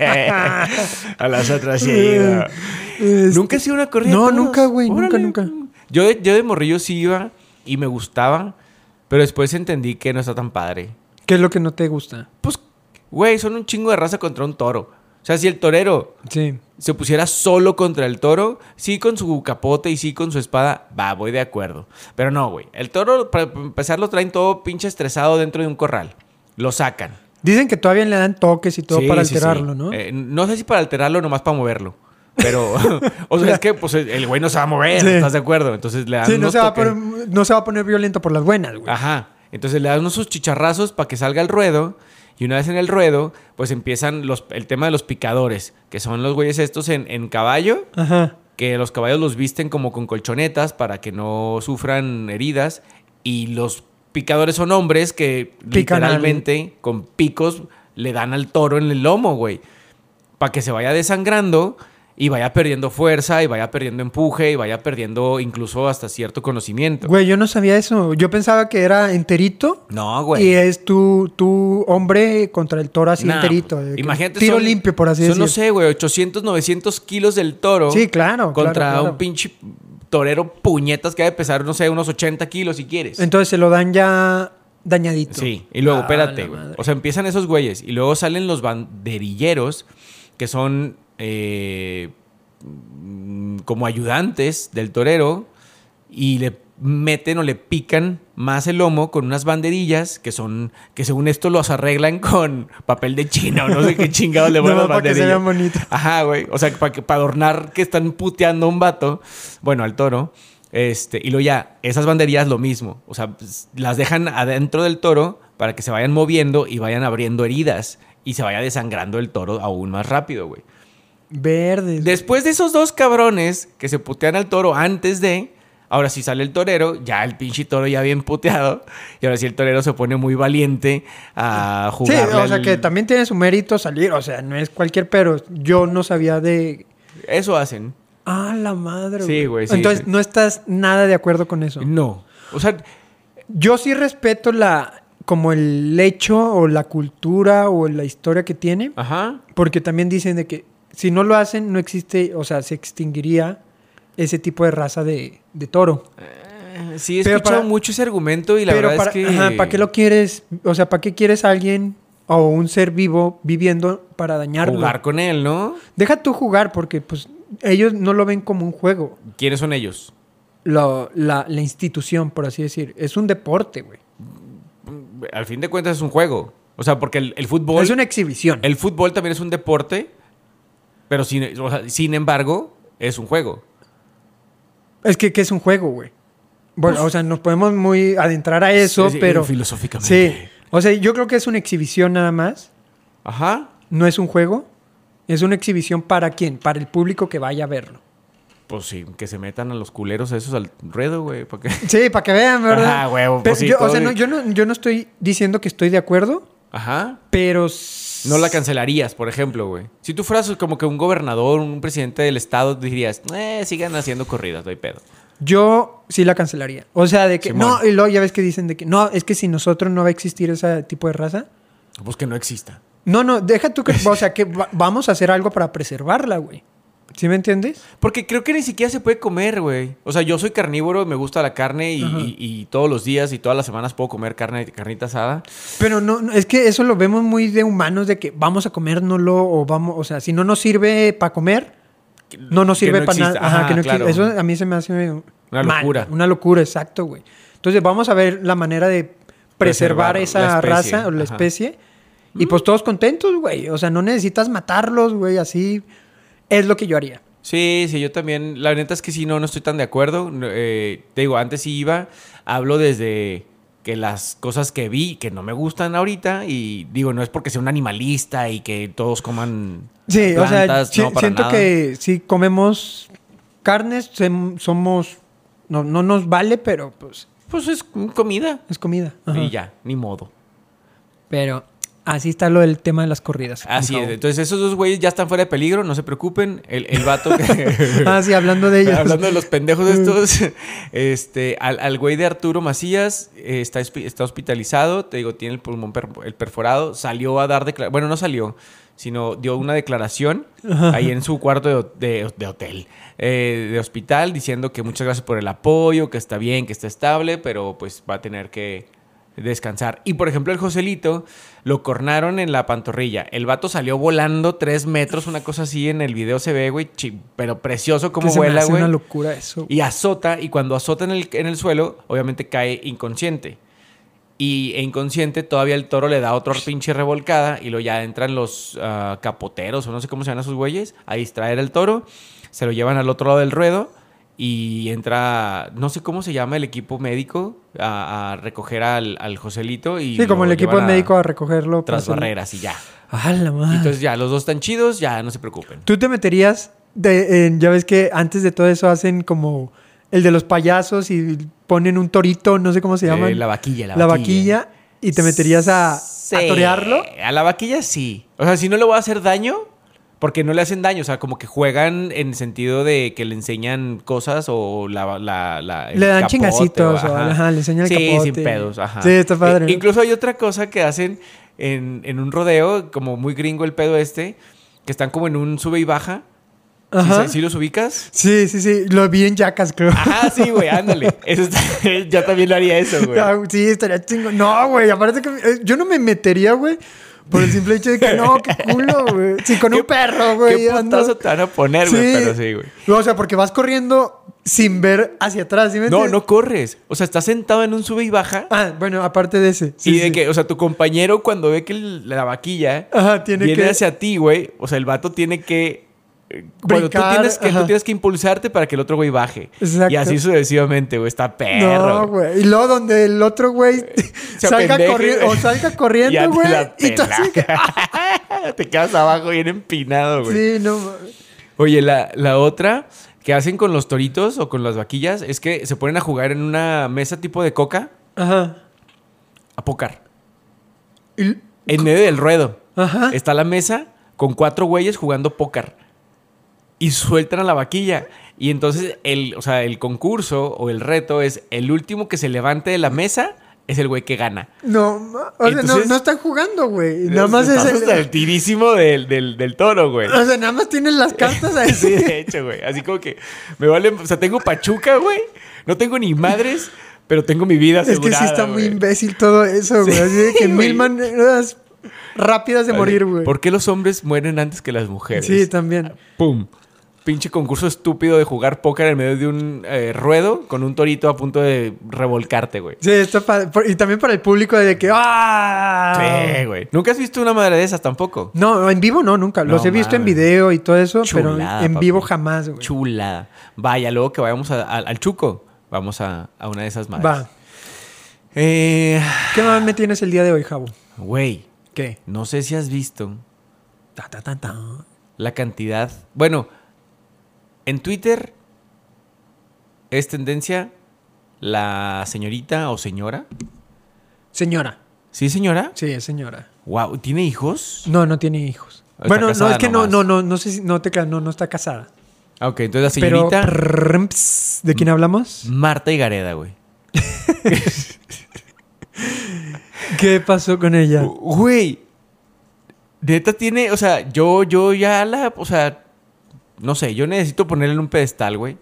S1: a las otras (laughs) sí he ido.
S2: (laughs) Este,
S1: ¿Nunca has sido una corrida? de
S2: No,
S1: toros?
S2: nunca, güey, nunca,
S1: Órale.
S2: nunca.
S1: Yo de, yo de morrillo sí iba y me gustaba, pero después entendí que no está tan padre.
S2: ¿Qué es lo que no te gusta?
S1: Pues, güey, son un chingo de raza contra un toro. O sea, si el torero
S2: Sí.
S1: se pusiera solo contra el toro, sí con su capote y sí con su espada, va, voy de acuerdo. Pero no, güey. El toro, para empezar, lo traen todo pinche estresado dentro de un corral. Lo sacan.
S2: Dicen que todavía le dan toques y todo
S1: Sí,
S2: para
S1: sí, sí.
S2: alterarlo, ¿no?
S1: Eh, no sé si para alterarlo o nomás para moverlo. Pero, (laughs) o sea, es que pues, el güey no se va a mover,
S2: Sí.
S1: ¿estás de acuerdo? Entonces le dan
S2: sí, no
S1: unos
S2: se, va a
S1: toques.
S2: poner, no se va a poner violento por las buenas, güey.
S1: Ajá. Entonces le dan unos sus chicharrazos para que salga al ruedo. Y una vez en el ruedo, pues empiezan los, el tema de los picadores, que son los güeyes estos en, en caballo.
S2: Ajá.
S1: que los caballos los visten como con colchonetas para que no sufran heridas y los picadores son hombres que
S2: Pican al-
S1: literalmente con picos le dan al toro en el lomo, güey, para que se vaya desangrando y vaya perdiendo fuerza, y vaya perdiendo empuje, y vaya perdiendo incluso hasta cierto conocimiento.
S2: Güey, yo no sabía eso. Yo pensaba que era enterito.
S1: No, güey.
S2: Y es tu, tu hombre contra el toro así
S1: Nah,
S2: enterito. de que
S1: Imagínate.
S2: Tiro
S1: son-
S2: limpio, por así
S1: son,
S2: decirlo.
S1: no sé, güey, 800, 900 kilos del toro.
S2: Sí, claro.
S1: Contra
S2: claro, claro.
S1: un pinche torero puñetas que ha de pesar, no sé, unos 80 kilos si quieres.
S2: Entonces se lo dan ya dañadito.
S1: Sí, y luego,
S2: Ah,
S1: espérate,
S2: la
S1: güey.
S2: madre.
S1: O sea, empiezan esos güeyes y luego salen los banderilleros que son eh, mm, como ayudantes del torero y le meten o le pican más el lomo con unas banderillas que son que según esto los arreglan con papel de china o no sé qué chingados (laughs)
S2: (laughs)
S1: le ponen
S2: Nomás
S1: las
S2: para que se
S1: banderillas.
S2: vean bonitas.
S1: Ajá, güey. O sea, para para adornar que están puteando a un vato, bueno, al toro. Este, y luego ya, esas banderías lo mismo. O sea, pues, las dejan adentro del toro para que se vayan moviendo y vayan abriendo heridas y se vaya desangrando el toro aún más rápido, güey.
S2: Verdes.
S1: Después de esos dos cabrones que se putean al toro antes de. Ahora sí sale el torero, ya el pinche toro ya bien puteado. Y ahora sí el torero se pone muy valiente a
S2: Sí,
S1: jugar.
S2: o sea que también tiene su mérito salir. O sea, no es cualquier pero. Yo no sabía de.
S1: Eso hacen.
S2: Ah, la madre.
S1: Sí, güey, sí,
S2: Entonces,
S1: sí.
S2: no estás nada de acuerdo con eso.
S1: No. O sea,
S2: Yo sí respeto la como el hecho o la cultura o la historia que tiene,
S1: ajá.
S2: porque también dicen de que si no lo hacen no existe, o sea, se extinguiría ese tipo de raza de, de toro.
S1: Sí, he
S2: Pero
S1: escuchado
S2: para-
S1: mucho ese argumento y la
S2: Pero
S1: verdad
S2: para,
S1: es que.
S2: ajá, ¿para qué lo quieres? O sea, ¿para qué quieres a alguien o un ser vivo viviendo para dañarlo?
S1: Jugar con él, ¿no?
S2: Deja tú jugar porque pues ellos no lo ven como un juego.
S1: ¿Quiénes son ellos?
S2: Lo- la, la institución, por así decir. Es un deporte, güey.
S1: Al fin de cuentas es un juego. O sea, porque el, el fútbol.
S2: Es una exhibición.
S1: El fútbol también es un deporte, pero sin, o sea, sin embargo, es un juego.
S2: Es que, que es un juego, güey. Bueno, o sea, nos podemos muy adentrar a eso,
S1: Pues Sí, sí,
S2: pero... Sí.
S1: Filosóficamente.
S2: O sea, yo creo que es una exhibición nada más.
S1: Ajá.
S2: No es un juego. Es una exhibición para quién? Para el público que vaya a verlo.
S1: Pues sí, que se metan a los culeros esos al ruedo, güey. porque-
S2: Sí, para que vean, ¿verdad?
S1: Ajá, huevo,
S2: Pero
S1: pues sí,
S2: yo, o
S1: todo
S2: sea,
S1: bien.
S2: no, yo, no, yo no estoy diciendo que estoy de acuerdo,
S1: Ajá.
S2: pero...
S1: No la cancelarías, por ejemplo, güey. Si tú fueras como que un gobernador, un presidente del estado, dirías, eh, sigan haciendo corridas, no hay pedo.
S2: Yo sí la cancelaría. O sea, de que...
S1: Simón.
S2: No, y luego ya ves que dicen de que... No, es que si nosotros no va a existir ese tipo de raza.
S1: Pues que no exista.
S2: No, no, deja tú que... O sea, que va- vamos a hacer algo para preservarla, güey. ¿Sí me entiendes?
S1: Porque creo que ni siquiera se puede comer, güey. O sea, yo soy carnívoro, me gusta la carne y,
S2: Ajá.
S1: y- y todos los días y todas las semanas puedo comer carne, carnita asada.
S2: Pero no, no, es que eso lo vemos muy de humanos, de que vamos a comérnoslo o vamos, o sea, si no nos sirve para comer, no nos
S1: que
S2: sirve
S1: no
S2: para nada.
S1: exista.
S2: Ajá,
S1: Ajá,
S2: que no exi-
S1: claro.
S2: Eso a mí se me hace
S1: Una
S2: mal,
S1: locura.
S2: una locura, exacto, güey. Entonces vamos a ver la manera de preservar,
S1: Preservar
S2: esa
S1: la especie,
S2: raza o la
S1: ajá. Mm.
S2: especie. Y pues todos contentos, güey. O sea, no necesitas matarlos, güey, así. Es lo que yo haría.
S1: Sí, sí, yo también. La neta es que sí, no, no estoy tan de acuerdo. No, eh, te digo, antes sí iba, hablo desde que las cosas que vi que no me gustan ahorita y digo, no es porque sea un animalista y que todos coman
S2: Sí,
S1: plantas,
S2: o sea,
S1: no,
S2: si-
S1: para
S2: siento
S1: nada.
S2: que si comemos carnes, sem- somos, no, no nos vale, pero pues
S1: Pues es comida
S2: es comida. Ajá.
S1: y ya, ni modo.
S2: Pero así está lo del tema de las corridas.
S1: Así
S2: Por
S1: es.
S2: favor.
S1: Entonces, esos dos güeyes ya están fuera de peligro, no se preocupen. El, el vato
S2: (laughs)
S1: que... (laughs)
S2: Ah, sí, hablando de Mm. ellas.
S1: Hablando de los pendejos estos, (laughs) este, al, al güey de Arturo Macías eh, está, hospi- está hospitalizado, te digo, tiene el pulmón per- el perforado, salió a dar declaración, bueno, no salió, sino dio una declaración ahí en su cuarto de, ho- de- de hotel, eh, de hospital, diciendo que muchas gracias por el apoyo, que está bien, que está estable, pero pues va a tener que descansar. Y por ejemplo, el Joselito lo cornaron en la pantorrilla. El vato salió volando tres metros, una cosa así en el video se ve, güey, chi- pero precioso
S2: Que
S1: como
S2: se me
S1: vuela,
S2: hace
S1: güey.
S2: una locura eso.
S1: Y azota, y cuando azota en el, en el suelo, obviamente cae inconsciente. Y e inconsciente todavía el toro le da otra pinche revolcada y luego ya entran los ah, capoteros o no sé cómo se llaman esos güeyes a distraer al toro. Se lo llevan al otro lado del ruedo y entra, no sé cómo se llama el equipo médico a, a recoger al, al Joselito. Y
S2: Sí, como
S1: lo
S2: el equipo
S1: llevan a-
S2: médico a recogerlo. para
S1: Tras
S2: hacerlo.
S1: barreras y ya.
S2: Ah, la
S1: Y
S2: madre.
S1: Entonces ya, los dos están chidos, ya no se preocupen.
S2: Tú te meterías, de, en- ya ves que antes de todo eso hacen como el de los payasos y ponen un torito, no sé cómo se llaman.
S1: Eh, la vaquilla, la,
S2: La vaquilla. Y te meterías a, a
S1: Sí,
S2: torearlo.
S1: A la vaquilla sí. O sea, si no le voy a hacer daño, Porque no le hacen daño, o sea, como que juegan en el sentido de que le enseñan cosas o la... la- la- el
S2: Le dan
S1: capote
S2: chingacitos, o- ajá, le enseñan el
S1: sí,
S2: capote.
S1: sin pedos, ajá. E
S2: Sí, está padre, ¿no?
S1: incluso hay otra cosa que hacen en, en un rodeo, como muy gringo el pedo este, que están como en un sube y baja. ¿Sí
S2: Ajá.
S1: sa- ¿Sí, los ubicas?
S2: Sí, sí, sí. Lo vi en Jackass, creo.
S1: Ajá, sí, güey, ándale. (laughs) Eso está- yo también lo haría eso, güey.
S2: Ah, sí, estaría chingo. No, güey. Aparte que eh, yo no me metería, güey. Por el simple hecho de que no, qué culo, güey. Sí, con
S1: Qué-
S2: un perro, güey.
S1: ¿Qué
S2: ando-
S1: putazo te van a poner, güey? Pero sí, güey.
S2: O sea, porque vas corriendo sin ver hacia atrás, ¿sí me
S1: No,
S2: entiendes?
S1: no corres. O sea, estás sentado en un sube y baja.
S2: Ah, bueno, aparte de ese. Sí,
S1: y de
S2: sí.
S1: que, o sea, tu compañero cuando ve que el- la vaquilla
S2: Ajá, tiene
S1: viene
S2: que-
S1: hacia ti, güey. O sea, el vato tiene que. eh, Bueno, tú
S2: Brincar,
S1: tienes, que, tú
S2: ajá.
S1: tienes que impulsarte para que el otro güey baje.
S2: Exacto.
S1: Y así sucesivamente, güey. Está perro. Eh,
S2: No, güey. Y luego donde el otro güey
S1: Se
S2: salga,
S1: apendeje,
S2: corriendo
S1: güey. (laughs)
S2: o salga
S1: Ya
S2: corriendo,
S1: te
S2: güey.
S1: la
S2: Y tú así que-
S1: (laughs) Te quedas abajo bien empinado, güey.
S2: Sí, no.
S1: Oye, la, la otra que hacen con los toritos o con las vaquillas es que se ponen a jugar en una mesa tipo de coca
S2: Ajá.
S1: a pócar.
S2: Y-
S1: En medio del ruedo.
S2: Ajá.
S1: Está la mesa con cuatro güeyes jugando póker. Y sueltan a la vaquilla. Y entonces el, o sea, el concurso o el reto es el último que se levante de la mesa es el güey que gana.
S2: No, ma- o sea, no,
S1: Entonces-
S2: no están jugando, güey. Nada más es
S1: Estás hasta
S2: el. Ah,
S1: el tirísimo del, del- del toro, güey.
S2: O sea, nada más tienen las cartas
S1: (laughs)
S2: ahí.
S1: Sí, de hecho, güey. Así como que me vale. O sea, tengo pachuca, güey. No tengo ni madres, pero tengo mi vida
S2: es que
S1: asegurada.
S2: sí está muy
S1: güey.
S2: imbécil todo eso, güey. Así de que
S1: güey.
S2: mil maneras rápidas de
S1: Así,
S2: morir, güey.
S1: ¿Por qué los hombres mueren antes que las mujeres?
S2: Sí, también.
S1: ¡Pum! Pinche concurso estúpido de jugar póker en medio de un eh, ruedo con un torito a punto de revolcarte, güey.
S2: Sí, está pa- por- Y también para el público de que. ¡Ah!
S1: Sí, güey. ¿Nunca has visto una madre de esas tampoco?
S2: No, en vivo no, nunca. Los
S1: No
S2: he visto en
S1: mames.
S2: video y todo eso,
S1: Chulada,
S2: pero en
S1: papi.
S2: vivo jamás, güey.
S1: Chulada. Vaya, luego que vayamos a- a- al Chuco, vamos a, a una de esas madres.
S2: Va.
S1: Eh,
S2: ¿Qué más me tienes el día de hoy, Javo?
S1: Güey,
S2: ¿Qué?
S1: no sé si has visto
S2: Ta, ta, ta, ta.
S1: la cantidad. Bueno, en Twitter es tendencia la señorita o señora.
S2: Señora.
S1: ¿Sí, señora?
S2: Sí, es señora.
S1: Wow, ¿tiene hijos?
S2: No, no tiene hijos.
S1: Está
S2: bueno, no,
S1: casada
S2: es que no,
S1: nomás.
S2: no, no, no sé si, no te creas, no, no está casada.
S1: Ah, ok, entonces la señorita Mm.
S2: Pero, prrrm, ps, ¿de quién hablamos?
S1: Marta Higareda, güey.
S2: ¿Qué pasó con ella?
S1: Güey, neta tiene, o sea, yo, yo ya la, o sea, no sé, yo necesito ponerle en un pedestal, güey.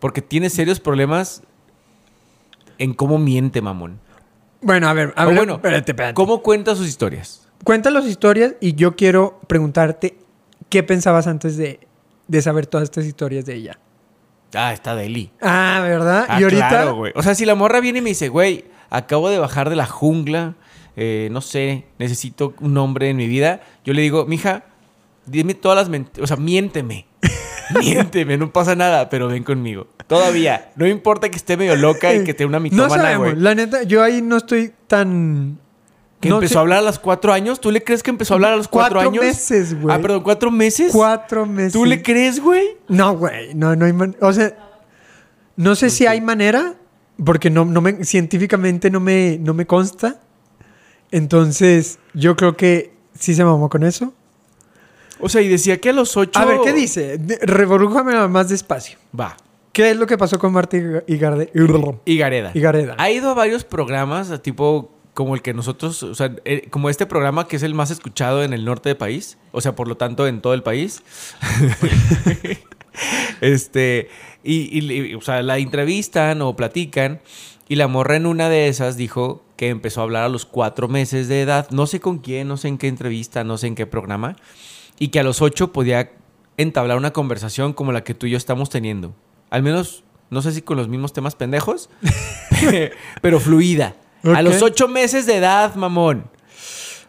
S1: Porque tiene serios problemas en cómo miente, mamón.
S2: Bueno, a ver,
S1: O
S2: habla-
S1: bueno,
S2: espérate, espérate.
S1: ¿Cómo cuenta sus historias?
S2: Cuenta las historias y yo quiero preguntarte qué pensabas antes de, de saber todas estas historias de ella.
S1: Ah, está Deli.
S2: Ah, ¿verdad?
S1: Ah,
S2: y ahorita.
S1: claro, güey. O sea, si la morra viene y me dice, güey, acabo de bajar de la jungla, eh, no sé, necesito un hombre en mi vida, yo le digo, mija, dime todas las mentiras, o sea, miénteme. (laughs) Miénteme, no pasa nada, pero ven conmigo. Todavía. No importa que esté medio loca y que tenga una
S2: (laughs) Eh, no
S1: mitómana,
S2: sabemos.
S1: güey.
S2: La neta, yo ahí no estoy tan.
S1: Que
S2: no
S1: empezó
S2: sé-
S1: a hablar a los cuatro años. ¿Tú le crees que empezó a hablar a los cuatro,
S2: Cuatro
S1: años?
S2: meses, güey.
S1: Ah, perdón, ¿cuatro meses?
S2: Cuatro meses.
S1: ¿Tú le crees, güey?
S2: No, güey, no, no hay man- O sea, no sé si hay manera, porque no, no me, científicamente no me, no me consta. Entonces, yo creo que sí se mamó con eso.
S1: O sea, y decía que a los ocho.
S2: A ver, ¿qué dice? De- Revolújamela más despacio.
S1: Va.
S2: ¿Qué es lo que pasó con Marta Higa- Higarde?
S1: Y Gareda.
S2: Higareda.
S1: Ha ido a varios programas, a tipo como el que nosotros, o sea, eh, como este programa que es el más escuchado en el norte del país, o sea, por lo tanto en todo el país. (laughs) este, y, y- y, o sea, la entrevistan o platican, y la morra en una de esas dijo que empezó a hablar a los cuatro meses de edad, no sé con quién, no sé en qué entrevista, no sé en qué programa, y que a los ocho podía entablar una conversación como la que tú y yo estamos teniendo. Al menos, no sé si con los mismos temas
S2: (laughs)
S1: pendejos, (laughs) pero fluida. A
S2: Ok.
S1: los ocho meses de edad, mamón.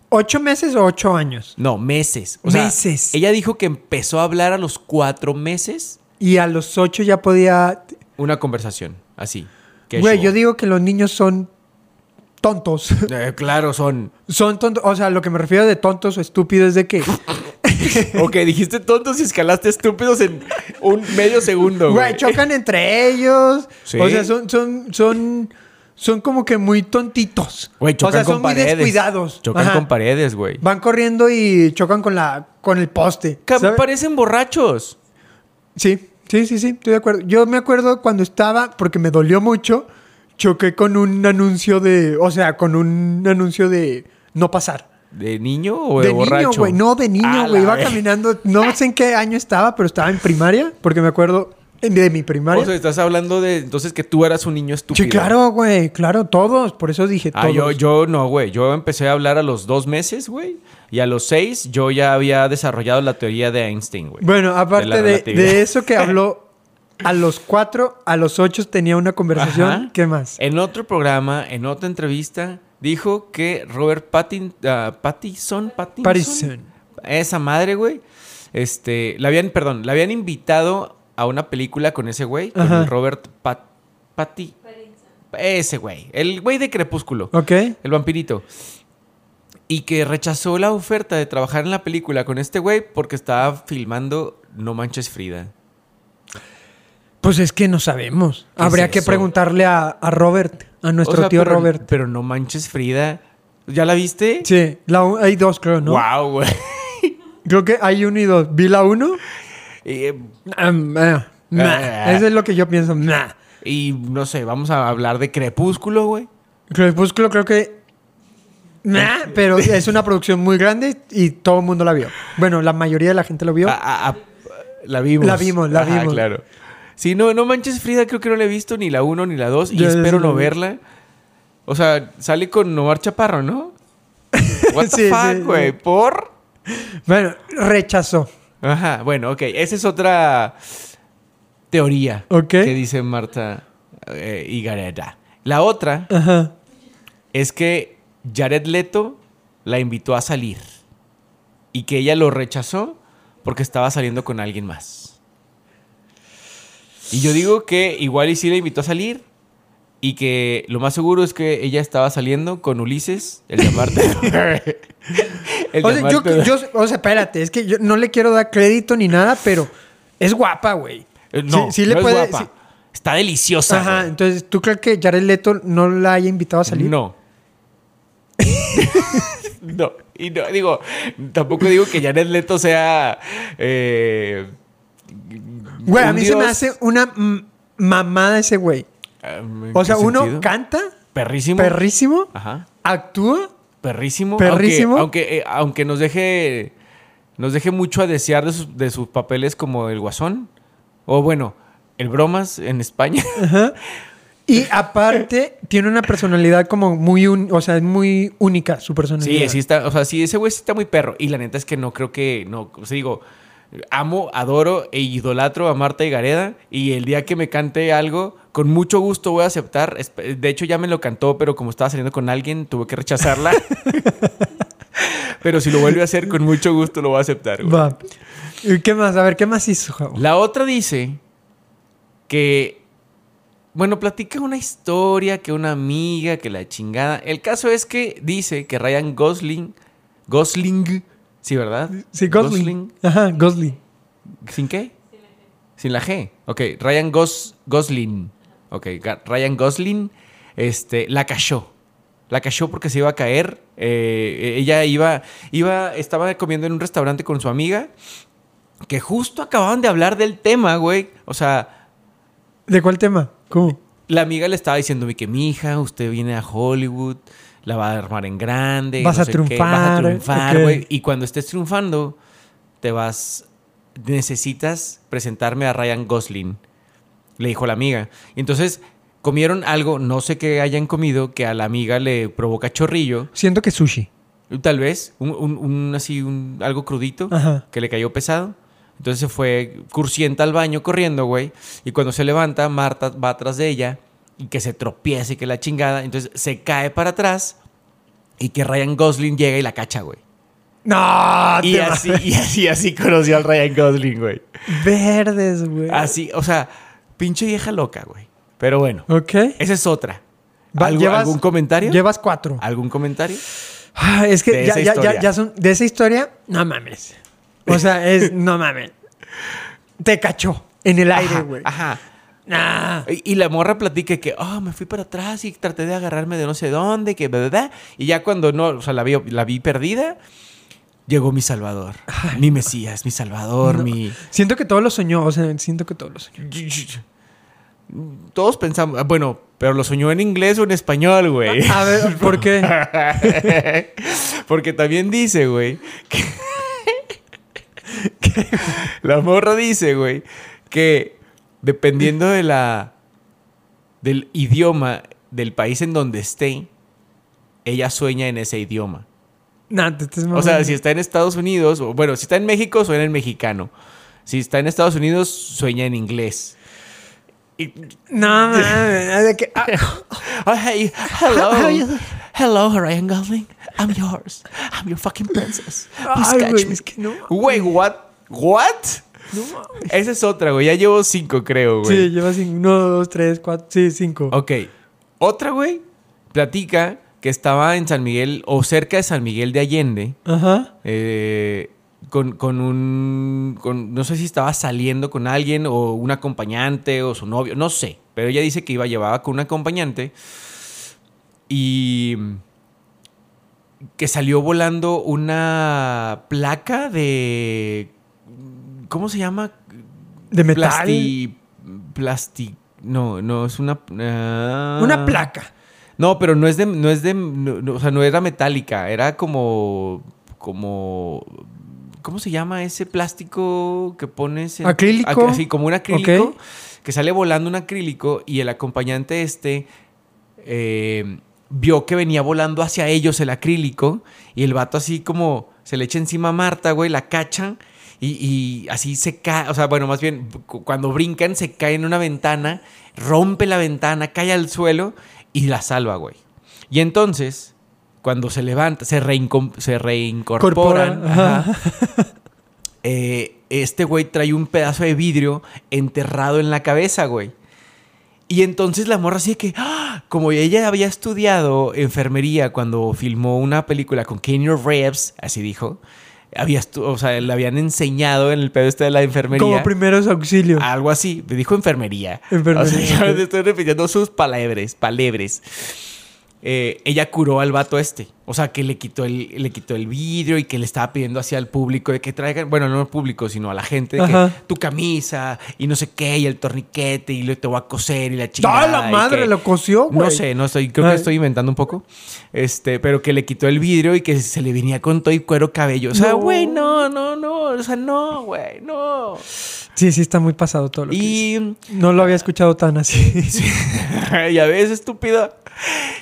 S2: ¿Ocho meses o ocho años?
S1: No, meses. O sea,
S2: Meses.
S1: Ella dijo que empezó a hablar a los cuatro meses
S2: Y a los ocho ya podía...
S1: una conversación, así.
S2: Güey,
S1: casual.
S2: yo digo que los niños son tontos. (laughs)
S1: Eh, claro, son.
S2: son tontos. O sea, lo que me refiero de tontos o estúpidos es de que...
S1: Ok, dijiste tontos y escalaste estúpidos en un medio segundo.
S2: Güey, chocan entre ellos.
S1: Sí.
S2: O sea, son, son, son, son como que muy tontitos.
S1: Güey,
S2: o
S1: chocan
S2: sea,
S1: con
S2: son
S1: paredes.
S2: muy descuidados.
S1: Chocan
S2: Ajá.
S1: con paredes, güey.
S2: Van corriendo y chocan con la con el poste.
S1: Ca-
S2: ¿sabe?
S1: Parecen borrachos.
S2: Sí, sí, sí, sí, estoy de acuerdo. Yo me acuerdo cuando estaba, porque me dolió mucho, choqué con un anuncio de, o sea, con un anuncio de no pasar.
S1: ¿De niño o de,
S2: de
S1: borracho?
S2: niño, güey, no de
S1: A
S2: niño,
S1: la
S2: güey, iba
S1: vez.
S2: caminando, no sé en qué año estaba, pero estaba en primaria, porque me acuerdo de mi primaria.
S1: O sea, estás hablando de entonces que tú eras un niño estúpido.
S2: sí, claro, güey, claro, todos, por eso dije todos.
S1: Ah, yo, yo no, güey. Yo empecé a hablar a los dos meses, güey. Y a los seis yo ya había desarrollado la teoría de Einstein, güey.
S2: Bueno,
S1: la
S2: aparte de,
S1: relatividad.
S2: de eso que habló a los cuatro, a los ocho tenía una conversación.
S1: Ajá. Eh,
S2: ¿Qué más?
S1: En otro programa, en otra entrevista, dijo que Robert Pattin- ah, Pattinson, Pattinson,
S2: Pattinson.
S1: esa madre, güey, este, la habían, perdón, la habían invitado a una película con ese güey, con
S2: Ajá.
S1: el Robert Pat, Patti, ese güey, el güey de Crepúsculo,
S2: Ok.
S1: el vampirito, y que rechazó la oferta de trabajar en la película con este güey porque estaba filmando No Manches Frida.
S2: Pues es que no sabemos.
S1: ¿Qué
S2: Habría
S1: es
S2: que
S1: eso?
S2: preguntarle a, a Robert, a nuestro
S1: O sea,
S2: tío
S1: pero-
S2: Robert.
S1: Pero No Manches Frida, ¿ya la viste?
S2: Sí, la u- hay dos, creo, ¿no?
S1: Wow, güey. (laughs)
S2: Creo que hay uno y dos. ¿Vi la uno?
S1: Eh,
S2: Ah, meh, meh.
S1: Ah.
S2: Eso es lo que yo pienso. meh.
S1: Y no sé, vamos a hablar de Crepúsculo, güey.
S2: Crepúsculo creo que... meh, Pero es una producción muy grande y todo el mundo la vio. Bueno, la mayoría de la gente lo vio.
S1: A- a- a- Ah, la vimos.
S2: La vimos, la vimos.
S1: claro. Sí, no, no manches Frida, creo que no la he visto ni la 1 ni la 2 y
S2: Yo- yo
S1: espero
S2: sí la
S1: no
S2: vi.
S1: verla. O sea, sale con Omar Chaparro,
S2: (laughs)
S1: ¿no? What the
S2: Sí, sí,
S1: fuck,
S2: sí.
S1: güey, por
S2: Bueno, rechazó.
S1: Ajá, bueno, ok. Esa es otra teoría
S2: Ok.
S1: que dice Marta eh, Higareda. La otra
S2: Ajá.
S1: es que Jared Leto la invitó a salir y que ella lo rechazó porque estaba saliendo con alguien más. Y yo digo que igual y sí la invitó a salir y que lo más seguro es que ella estaba saliendo con Ulises, el de
S2: (laughs)
S1: Marte. El
S2: O
S1: de
S2: sea, yo,
S1: Marte.
S2: yo- o sea, espérate, es que yo no le quiero dar crédito ni nada, pero es guapa, güey.
S1: Eh, No,
S2: Sí- sí le
S1: no es
S2: puede-
S1: guapa.
S2: sí-
S1: Está deliciosa.
S2: Ajá,
S1: güey.
S2: entonces, ¿tú crees que Jared Leto no la haya invitado a salir?
S1: No. (laughs) no. Y no, digo, tampoco digo que Janet Leto sea. eh,
S2: Güey, a
S1: un
S2: mí se
S1: dios.
S2: me hace una mm, mamada ese güey.
S1: Um, ¿en
S2: O
S1: qué
S2: sea, uno
S1: sentido?
S2: canta,
S1: Perrísimo.
S2: perrísimo,
S1: Ajá.
S2: actúa.
S1: Perrísimo.
S2: Perrísimo.
S1: Aunque, aunque, eh, aunque nos deje. Nos deje mucho a desear de sus, de sus papeles como El Guasón. O bueno, El Bromas en España. (laughs)
S2: Y aparte, tiene una personalidad como muy, un- o sea, es muy única su personalidad.
S1: Sí, sí está, o sea, sí, ese güey sí está muy perro. Y la neta es que no creo que, no, o sea, digo, amo, adoro e idolatro a Marta y Gareda. Y el día que me cante algo, con mucho gusto voy a aceptar. Esp- De hecho, ya me lo cantó, pero como estaba saliendo con alguien, tuve que rechazarla. pero si lo vuelve a hacer, con mucho gusto lo voy a aceptar. güey.
S2: Va. ¿Y ¿Qué más? A ver, ¿qué más hizo, Javo?
S1: La otra dice que, bueno, platica una historia, que una amiga, que la chingada. El caso es que dice que Ryan Gosling, Gosling, sí, ¿verdad?
S2: Sí, Gosling. Ajá, Gosling.
S1: ¿Sin qué? Sin la G. Ok, Ryan Gos- Gosling. Ok, Ga- Ryan Gosling este, la cachó. La cachó porque se iba a caer. Eh, ella iba, iba, estaba comiendo en un restaurante con su amiga que justo acababan de hablar del tema, güey. O sea,
S2: ¿De cuál tema? ¿Cómo?
S1: la amiga le estaba diciendo que mi hija, usted viene a Hollywood, la va a armar en grande,
S2: Vas
S1: qué,
S2: a
S1: vas a
S2: triunfar,
S1: triunfar,
S2: ok.
S1: güey. Y cuando estés triunfando, te vas, necesitas presentarme a Ryan Gosling, le dijo la amiga. Y entonces comieron algo, no sé qué hayan comido, que a la amiga le provoca chorrillo.
S2: Siento que sushi.
S1: Tal vez, un, un- un así, un, algo crudito
S2: Ajá.
S1: que le cayó pesado. Entonces se fue cursienta al baño corriendo, güey. Y cuando se levanta, Marta va atrás de ella y que se tropiece y que la chingada. Entonces se cae para atrás y que Ryan Gosling llega y la cacha, güey.
S2: No,
S1: Y
S2: Ah, te va-
S1: así, (laughs) y así, así conoció al Ryan Gosling, güey.
S2: (laughs) Verdes, güey.
S1: Así, o sea, pinche vieja loca, güey. Pero bueno,
S2: Ok.
S1: esa es otra.
S2: Va,
S1: ¿Algo-
S2: llevas-
S1: ¿Algún comentario?
S2: Llevas cuatro.
S1: ¿Algún comentario?
S2: Ah, es que
S1: De
S2: ya,
S1: esa
S2: ya,
S1: historia.
S2: ya, ya son. De esa historia, no mames. O sea, es. no mames. Te cachó en el aire,
S1: Ajá,
S2: güey.
S1: Ajá.
S2: Nah.
S1: Y y la morra platica que, oh, me fui para atrás y traté de agarrarme de no sé dónde, que bla, bla, bla". Y ya cuando no, o sea, la vi, la vi perdida, llegó mi salvador. mi Mesías, mi salvador,
S2: No.
S1: mi...
S2: Siento que todo lo soñó, o sea, siento que todo lo soñó.
S1: Todos pensamos, ah, bueno, pero lo soñó en inglés o en español,
S2: (laughs)
S1: güey.
S2: A ver,
S1: (laughs)
S2: ¿por qué?
S1: Porque también dice, güey, que... que la morra dice, güey, que dependiendo de la del idioma del país en donde esté, ella sueña en ese idioma.
S2: Nah, te estás
S1: O sea,
S2: mamando.
S1: si está en Estados Unidos, o bueno, si está en México, suena en mexicano. Si está en Estados Unidos, sueña en inglés. Y-
S2: No, mames, de
S1: (laughs)
S2: que- ah,
S1: Oh, hey,
S2: (laughs) How are
S1: hello.
S2: you?
S1: Hello, Ryan Gosling. I'm yours. I'm your fucking princess. Please
S2: Ay,
S1: catch
S2: güey,
S1: me.
S2: es que no.
S1: Güey, what? What?
S2: no mames.
S1: Esa es otra, güey. Ya llevo cinco, creo, güey.
S2: Sí, lleva cinco. Uno, dos, tres, cuatro. Sí, cinco.
S1: Ok. Otra, güey, platica que estaba en San Miguel o cerca de San Miguel de Allende.
S2: Ajá.
S1: eh, con, con un. con- no sé si estaba saliendo con alguien o un acompañante o su novio, no sé. Pero ella dice que iba llevaba con un acompañante y. que salió volando una placa de. ¿Cómo se llama?
S2: De metal.
S1: Plasti. plasti- no, no, es una. ah.
S2: Una placa.
S1: No, pero no es de, no es de, no- no, o sea, no era metálica, era como, como, ¿cómo se llama ese plástico que pones?
S2: Acrílico.
S1: Ac- sí, como un acrílico
S2: Ok.
S1: que sale volando un acrílico y el acompañante este eh, vio que venía volando hacia ellos el acrílico y el vato así como se le echa encima a Marta, güey, la cachan. Y, y así se cae, o sea, bueno, más bien cu- cuando brincan se cae en una ventana, rompe la ventana, cae al suelo y la salva, güey. Y entonces, cuando se levanta, se, reincom- se reincorporan,
S2: Corpora, ajá.
S1: ajá, eh, este güey trae un pedazo de vidrio enterrado en la cabeza, güey. Y entonces la morra así de que, ¡ah! como ella había estudiado enfermería cuando filmó una película con Keanu Reeves, así dijo, había estu- o sea, le habían enseñado en el pedo este de la enfermería.
S2: Como primeros auxilios.
S1: Algo así. Me dijo enfermería.
S2: Enfermería,
S1: O (laughs) sea, yo
S2: ok.
S1: te estoy repitiendo sus palabras, palabras. Eh, ella curó al vato este. O sea, que le quitó, el, le quitó el vidrio y que le estaba pidiendo así al público de que traigan, bueno, no al público, sino a la gente, de que
S2: Ajá.
S1: tu camisa y no sé qué, y el torniquete y lo te voy a coser y la chingada.
S2: ¡Ah, la
S1: y
S2: madre!
S1: que-
S2: Lo coció, güey.
S1: no sé, no estoy, creo que
S2: Ay.
S1: estoy inventando un poco. Este, pero que le quitó el vidrio y que se le venía con todo y cuero cabello. O sea,
S2: No.
S1: güey, no, no, no. O sea, no, güey, no.
S2: Sí, sí, está muy pasado todo lo que dice.
S1: Y
S2: No lo había escuchado
S1: (laughs)
S2: tan así. (laughs)
S1: ya ves, estúpida.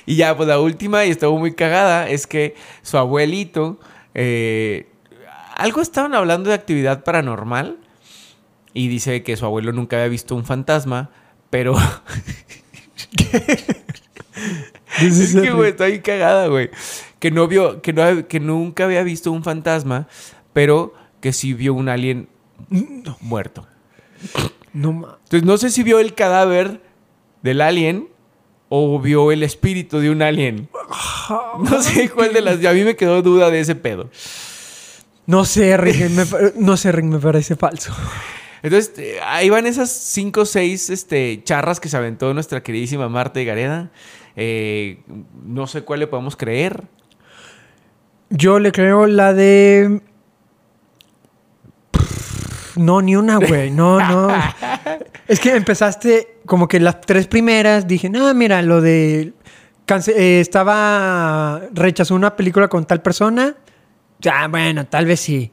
S1: Y ya, pues la última, y estuvo muy cagada, es que su abuelito, eh, algo estaban hablando de actividad paranormal, y dice que su abuelo nunca había visto un fantasma, pero (laughs) es que, güey, está bien cagada, güey. Que no vio, que, no, que nunca había visto un fantasma, pero que sí vio un alien muerto.
S2: No ma-
S1: Entonces, no sé si vio el cadáver del alien o vio el espíritu de un alien. No sé cuál de las. A mí me quedó duda de ese pedo.
S2: No sé, Rick. me pa- no sé, Rick, me parece falso.
S1: Entonces, eh, ahí van esas cinco o seis este, charras que se aventó nuestra queridísima Marta Gareda. Eh, no sé cuál le podemos creer.
S2: Yo le creo la de. No, ni una, güey.
S1: (laughs)
S2: No, no. Es que empezaste como que las tres primeras dije, no, mira, lo de. cance- eh, estaba. Rechazó una película con tal persona. Ya, bueno, tal vez sí.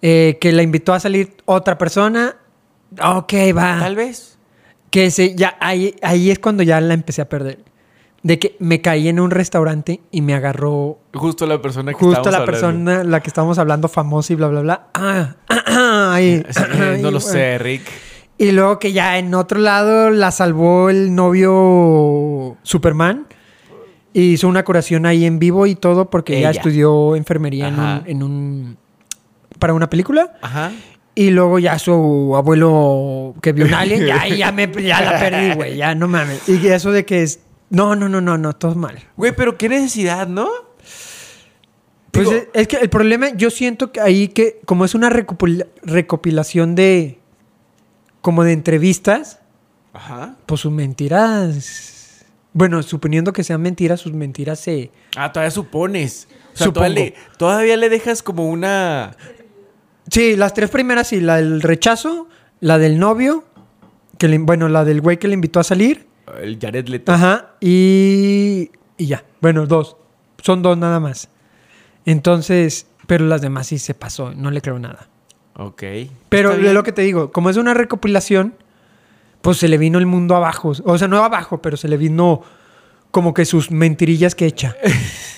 S2: Eh, que la invitó a salir otra persona. Ok, va.
S1: Tal vez.
S2: Que se, ya, ahí, ahí es cuando ya la empecé a perder. De que me caí en un restaurante y me agarró
S1: Justo la persona que
S2: justo
S1: estábamos
S2: la
S1: hablando.
S2: persona, la que estábamos hablando, famosa y bla, bla, bla. Ah, ah, ah, (laughs) ay,
S1: Eh, Sí,
S2: ah,
S1: no
S2: y,
S1: lo
S2: bueno.
S1: sé, Rick.
S2: Y luego que ya en otro lado la salvó el novio Superman. Y hizo una curación ahí en vivo y todo porque ella,
S1: Ella.
S2: estudió enfermería en
S1: Ajá.
S2: un, en un- para una película.
S1: Ajá.
S2: Y luego ya su abuelo
S1: (laughs)
S2: que vio un alien, ya, ahí ya, me, ya la perdí, güey, ya no mames. Y eso de que es, no, no, no, no, no, todo es mal.
S1: Güey, pero qué necesidad, ¿no?
S2: Pues
S1: Digo-
S2: es, es que el problema, yo siento que ahí que, como es una recopil- recopilación de, como de entrevistas,
S1: Ajá.
S2: Pues sus mentiras. Bueno, suponiendo que sean mentiras, sus mentiras se.
S1: Ah, todavía supones. O sea,
S2: Supongo.
S1: todavía le, todavía le dejas como una.
S2: Sí, las tres primeras sí. La del rechazo, la del novio, que le- bueno, la del güey que le invitó a salir.
S1: El Jared Leto.
S2: Ajá. Y. Y ya. Bueno, dos. Son dos nada más. Entonces. Pero las demás sí se pasó. No le creo nada.
S1: Ok.
S2: Pero
S1: Está
S2: es
S1: bien.
S2: lo que te digo, como es una recopilación, pues se le vino el mundo abajo. O sea, no abajo, pero se le vino como que sus mentirillas que echa.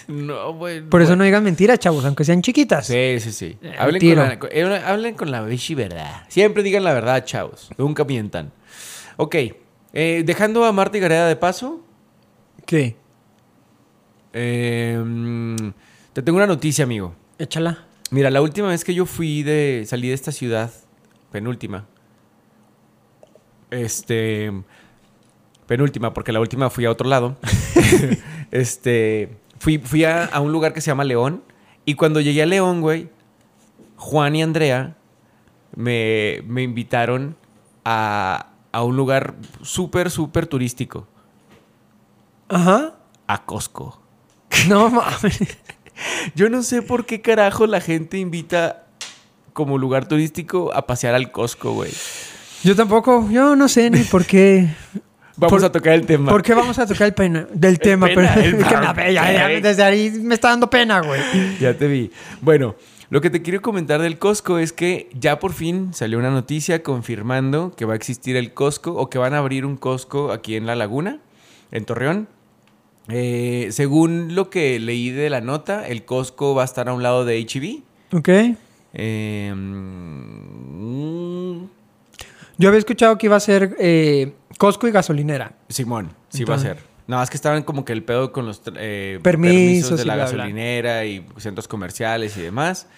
S1: No, güey.
S2: Por eso no digan mentiras, chavos, aunque sean chiquitas.
S1: Sí, sí, sí.
S2: Eh,
S1: Hablen con,
S2: tiro.
S1: la, con- eh, hablen con la bichi verdad. Siempre digan la verdad, chavos. Nunca mientan. Ok. eh, dejando a Marta y Gareda de paso,
S2: ¿Qué?
S1: eh, mm, te tengo una noticia, amigo.
S2: Échala.
S1: Mira, la última vez que yo fui de. salí de esta ciudad, penúltima. Este. Penúltima, porque la última fui a otro lado. (laughs) este. Fui, fui a, a un lugar que se llama León. Y cuando llegué a León, güey, Juan y Andrea me, me invitaron a, a un lugar súper, súper turístico.
S2: Ajá.
S1: A Costco.
S2: (laughs) No mames.
S1: Yo no sé por qué carajo la gente invita como lugar turístico a pasear al Costco, güey.
S2: Yo tampoco, yo no sé ni por qué.
S1: Vamos
S2: Por-
S1: a tocar el tema.
S2: ¿Por qué vamos a tocar el pena del tema?
S1: pena,
S2: pero-
S1: el
S2: (laughs) que
S1: pena.
S2: me- ya- ya- desde ahí me está dando pena, güey.
S1: Ya te vi. Bueno, lo que te quiero comentar del Costco es que ya por fin salió una noticia confirmando que va a existir el Costco o que van a abrir un Costco aquí en La Laguna, en Torreón. Eh, según lo que leí de la nota, el Costco va a estar a un lado de E HB.
S2: Ok.
S1: Em,
S2: Yo había escuchado que iba a ser eh, Costco y gasolinera.
S1: Simón, sí va a
S2: Entonces-
S1: ser. No, es que estaban como que el pedo con los tra- eh,
S2: Permisos
S1: de
S2: y
S1: la
S2: bla, bla.
S1: gasolinera y centros comerciales y demás.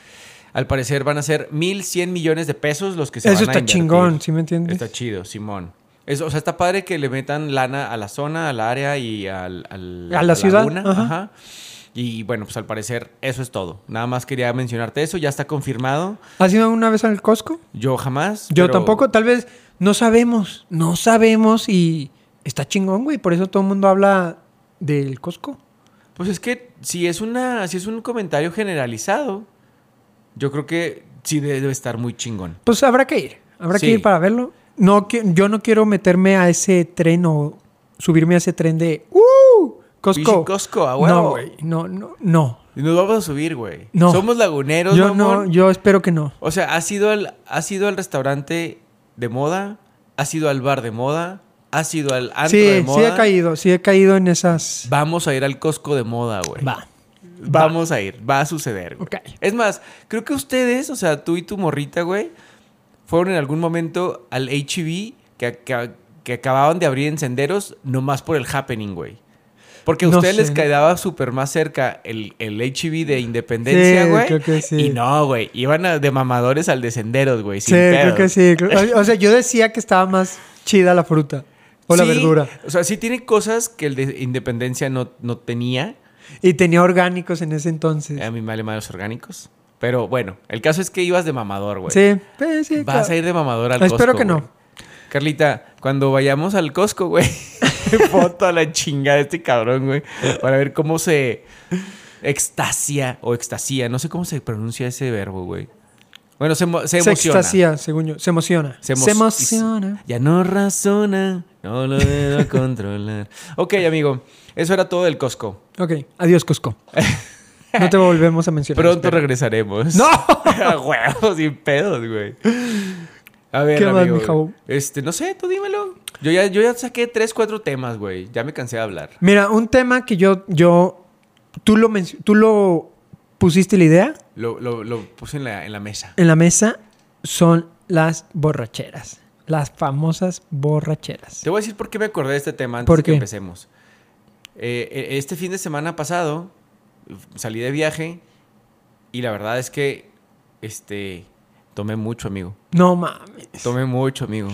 S1: Al parecer van a ser 1.100 millones de pesos los que se
S2: Eso
S1: van a
S2: está
S1: invertir.
S2: chingón, ¿sí me entiendes?
S1: Está chido, Simón. Es- o sea, está padre que le metan lana a la zona, al área y al, al-
S2: A la ciudad,
S1: laguna.
S2: ajá.
S1: Ajá. Y bueno, pues al parecer eso es todo. Nada más quería mencionarte eso, ya está confirmado.
S2: ¿Has ido una vez al Costco?
S1: Yo jamás.
S2: Yo
S1: pero-
S2: tampoco, tal vez no sabemos, no sabemos y está chingón, güey, por eso todo el mundo habla del Costco.
S1: Pues es que si es una, si es un comentario generalizado, yo creo que sí de- debe estar muy chingón.
S2: Pues habrá que ir, habrá
S1: Sí.
S2: que ir para verlo. No, qui- yo no quiero meterme a ese tren o subirme a ese tren de ¡Uh! Costco.
S1: Pinche Costco, a huevo.
S2: no, güey, no, no, no.
S1: Y Nos vamos a subir, güey.
S2: No.
S1: Somos laguneros,
S2: Yo no,
S1: mamón.
S2: yo espero que no.
S1: O sea, has ido al, has ido al restaurante de moda, has ido al bar de moda, has ido al antro de
S2: Sí, sí
S1: moda.
S2: he caído, sí he caído en esas.
S1: Vamos a ir al Costco de moda, güey.
S2: Va.
S1: Vamos a ir, va a suceder. güey.
S2: Ok.
S1: Es más, creo que ustedes, o sea, tú y tu morrita, güey, fueron en algún momento al HB que, que- que acababan de abrir en senderos nomás por el happening, güey. Porque a
S2: No
S1: ustedes les
S2: sé.
S1: quedaba súper más cerca el, el HB de Independencia,
S2: Sí,
S1: güey.
S2: creo que sí.
S1: Y no, güey. Iban a- de mamadores al de senderos, güey.
S2: Sí,
S1: sin
S2: creo
S1: pedos.
S2: que sí. creo- O sea, yo decía que estaba más chida la fruta o la
S1: Sí,
S2: verdura.
S1: O sea, sí tiene cosas que el de Independencia no, no tenía.
S2: Y tenía orgánicos en ese entonces.
S1: A mí me vale más los orgánicos. Pero bueno, el caso es que ibas de mamador, güey.
S2: sí, eh, sí.
S1: pues. Vas
S2: claro.
S1: a ir de mamadora al Costco.
S2: Espero que no.
S1: güey. Carlita, cuando vayamos al Costco, güey,
S2: (laughs)
S1: foto a la chinga de este cabrón, güey, para ver cómo se extasia o extasía, no sé cómo se pronuncia ese verbo, güey. Bueno, se, emo- se
S2: Se
S1: emociona.
S2: extasía, según yo. Se emociona. Se,
S1: emo-
S2: emociona.
S1: Ya no razona, no lo debo (laughs) controlar. Ok, amigo, eso era todo del Costco.
S2: Ok, adiós
S1: (laughs)
S2: Costco. No te volvemos a mencionar.
S1: Pronto
S2: Espero.
S1: regresaremos.
S2: ¡No!
S1: (laughs) A huevos, sin pedos, güey. A ver,
S2: ¿Qué más,
S1: amigo,
S2: mi jabón?
S1: Este, no sé, tú dímelo. Yo ya, yo ya saqué tres, cuatro temas, güey. Ya me cansé de hablar.
S2: Mira, un tema que yo... yo tú, lo menc- tú lo pusiste la idea
S1: Lo, lo- lo puse en la, en la mesa.
S2: en la mesa son las borracheras. Las famosas borracheras.
S1: Te voy a decir por qué me acordé de este tema antes
S2: ¿Por
S1: de que
S2: qué?
S1: empecemos. Eh, eh, este fin de semana pasado salí de viaje y la verdad es que este tomé mucho, amigo.
S2: No mames.
S1: Tomé mucho, amigo.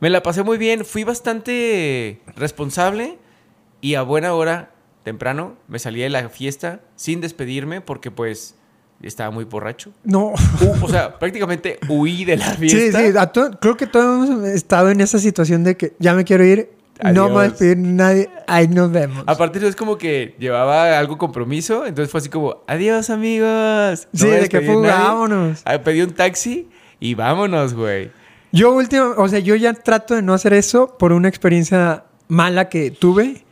S1: Me la pasé muy bien. Fui bastante responsable y a buena hora, temprano, me salí de la fiesta sin despedirme porque pues estaba muy borracho.
S2: No.
S1: Hu- o sea, (laughs) prácticamente huí de la
S2: Sí,
S1: fiesta.
S2: sí, a to- creo que todos hemos estado en esa situación de que ya me quiero ir, no me va a
S1: Adiós.
S2: despedir nadie, ahí nos vemos.
S1: Aparte, no es como que llevaba algo compromiso, entonces fue así como, adiós amigos. No
S2: sí,
S1: me
S2: de que
S1: despedí nadie.
S2: fugámonos.
S1: Ah, Pedí un taxi y vámonos, güey.
S2: Yo última, o sea, yo ya trato de no hacer eso por una experiencia mala que tuve.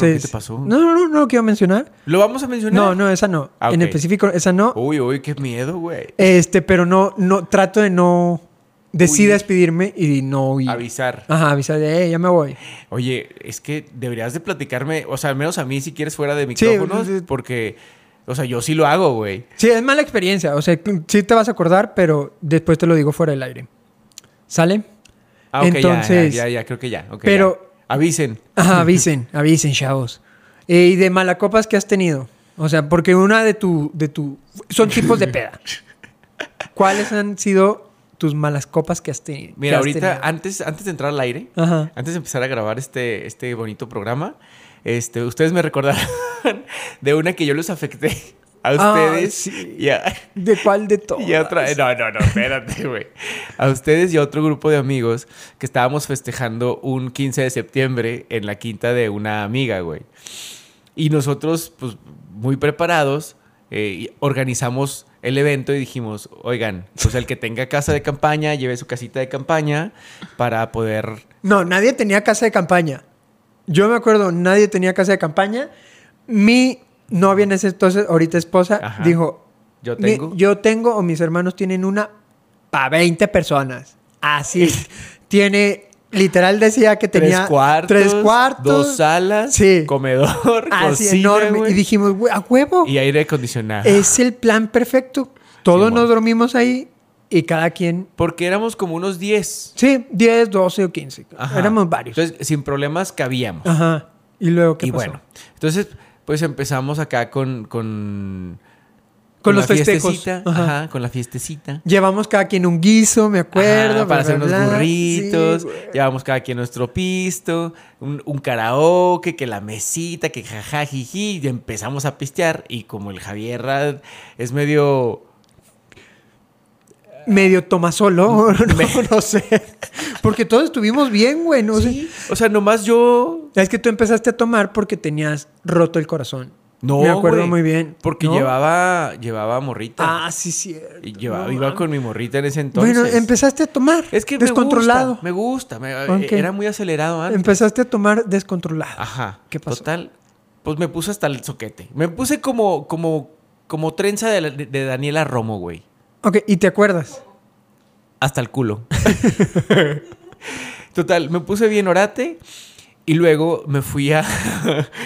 S1: Ah, cabrón, ¿qué te pasó?
S2: No, no, no, no lo quiero mencionar.
S1: ¿Lo vamos a mencionar?
S2: No, no, esa no.
S1: Ah, ok.
S2: En
S1: Uh.
S2: específico, esa no.
S1: Uy, uy, qué miedo, güey.
S2: Este, pero no, no, trato de no. Decidí
S1: Huir.
S2: despedirme y no huir.
S1: Avisar.
S2: Ajá, avisar de, "Eh, ya me voy.
S1: Oye, es que deberías de platicarme, o sea, al menos a mí si quieres fuera de
S2: Sí,
S1: micrófonos,
S2: sí.
S1: porque, o sea, yo sí lo hago, güey.
S2: Sí, es mala experiencia. O sea, sí te vas a acordar, pero después te lo digo fuera del aire. ¿Sale?
S1: Ah, ok, ya,
S2: Entonces-
S1: ya, ya, ya, creo que ya. ok,
S2: Pero-
S1: ya. Avisen.
S2: Ajá,
S1: (laughs)
S2: avisen, avisen, chavos. Eh, ¿Y de malacopas que has tenido? O sea, porque una de tu, de tu... Son tipos de peda. ¿Cuáles han sido tus malas copas que has teni- que has tenido?
S1: Mira, ahorita, antes, antes de entrar al aire,
S2: Ajá.
S1: antes de empezar a grabar este, este bonito programa, este, ustedes me recordarán (laughs) de una que yo los afecté a
S2: Ah,
S1: ustedes
S2: sí.
S1: y, a,
S2: ¿De cuál de todos?
S1: (laughs) y a otra... No, no, no, espérate, güey. A ustedes y a otro grupo de amigos que estábamos festejando un 15 de septiembre en la quinta de una amiga, güey. Y nosotros, pues, muy preparados, eh, y organizamos el evento y dijimos, oigan, pues el que tenga casa de campaña, lleve su casita de campaña para poder
S2: No, nadie tenía casa de campaña. Yo me acuerdo, nadie tenía casa de campaña. Mi novia en ese entonces, ahorita esposa,
S1: Ajá.
S2: dijo...
S1: Yo
S2: "Mi-
S1: tengo.
S2: yo tengo o mis hermanos tienen una para 20 personas. Así. Tiene... Literal decía que tenía...
S1: tres cuartos,
S2: Tres cuartos.
S1: dos salas,
S2: Sí.
S1: comedor,
S2: Así
S1: cocina,
S2: enorme.
S1: güey,
S2: Y dijimos, "Güey, a huevo.
S1: y aire acondicionado.
S2: Es el plan perfecto. Todos
S1: Simón.
S2: nos dormimos ahí y cada quien.
S1: Porque éramos como unos 10.
S2: Sí, 10, 12 o 15.
S1: Ajá.
S2: Éramos varios.
S1: Entonces, sin problemas cabíamos.
S2: Ajá. Y luego, ¿qué
S1: y
S2: pasó?
S1: bueno, entonces, pues empezamos acá con. Con,
S2: Con los
S1: la
S2: festejos.
S1: fiestecita,
S2: Ajá.
S1: Ajá. con la fiestecita.
S2: Llevamos cada quien un guiso, me acuerdo.
S1: Ajá, para
S2: bla,
S1: hacer
S2: bla,
S1: unos
S2: bla.
S1: burritos,
S2: Sí, güey.
S1: llevamos cada quien nuestro pisto, un, un karaoke, que la mesita, que jaja, jiji, y empezamos a pistear. Y como el Javier es medio
S2: Medio toma solo. (laughs) No, no sé. Porque todos estuvimos bien, güey. No sé.
S1: Sí, O sea, nomás yo.
S2: Es que tú empezaste a tomar porque tenías roto el corazón.
S1: No.
S2: Me acuerdo
S1: güey,
S2: muy bien.
S1: Porque
S2: ¿No?
S1: llevaba, llevaba morrita.
S2: Ah, sí, cierto.
S1: Y llevaba,
S2: No
S1: iba
S2: mames.
S1: con mi morrita en ese entonces.
S2: Bueno, empezaste a tomar.
S1: Es que
S2: descontrolado.
S1: Me gusta, me gusta. me-
S2: Ok.
S1: Era muy acelerado antes.
S2: Empezaste a tomar descontrolado.
S1: Ajá.
S2: ¿Qué pasó?
S1: Total. Pues me puse hasta el soquete. Me puse como, como, como trenza de, la- de Daniela Romo, güey.
S2: Ok, ¿y te acuerdas?
S1: Hasta el
S2: (laughs)
S1: culo. Total, me puse bien orate y luego me fui a...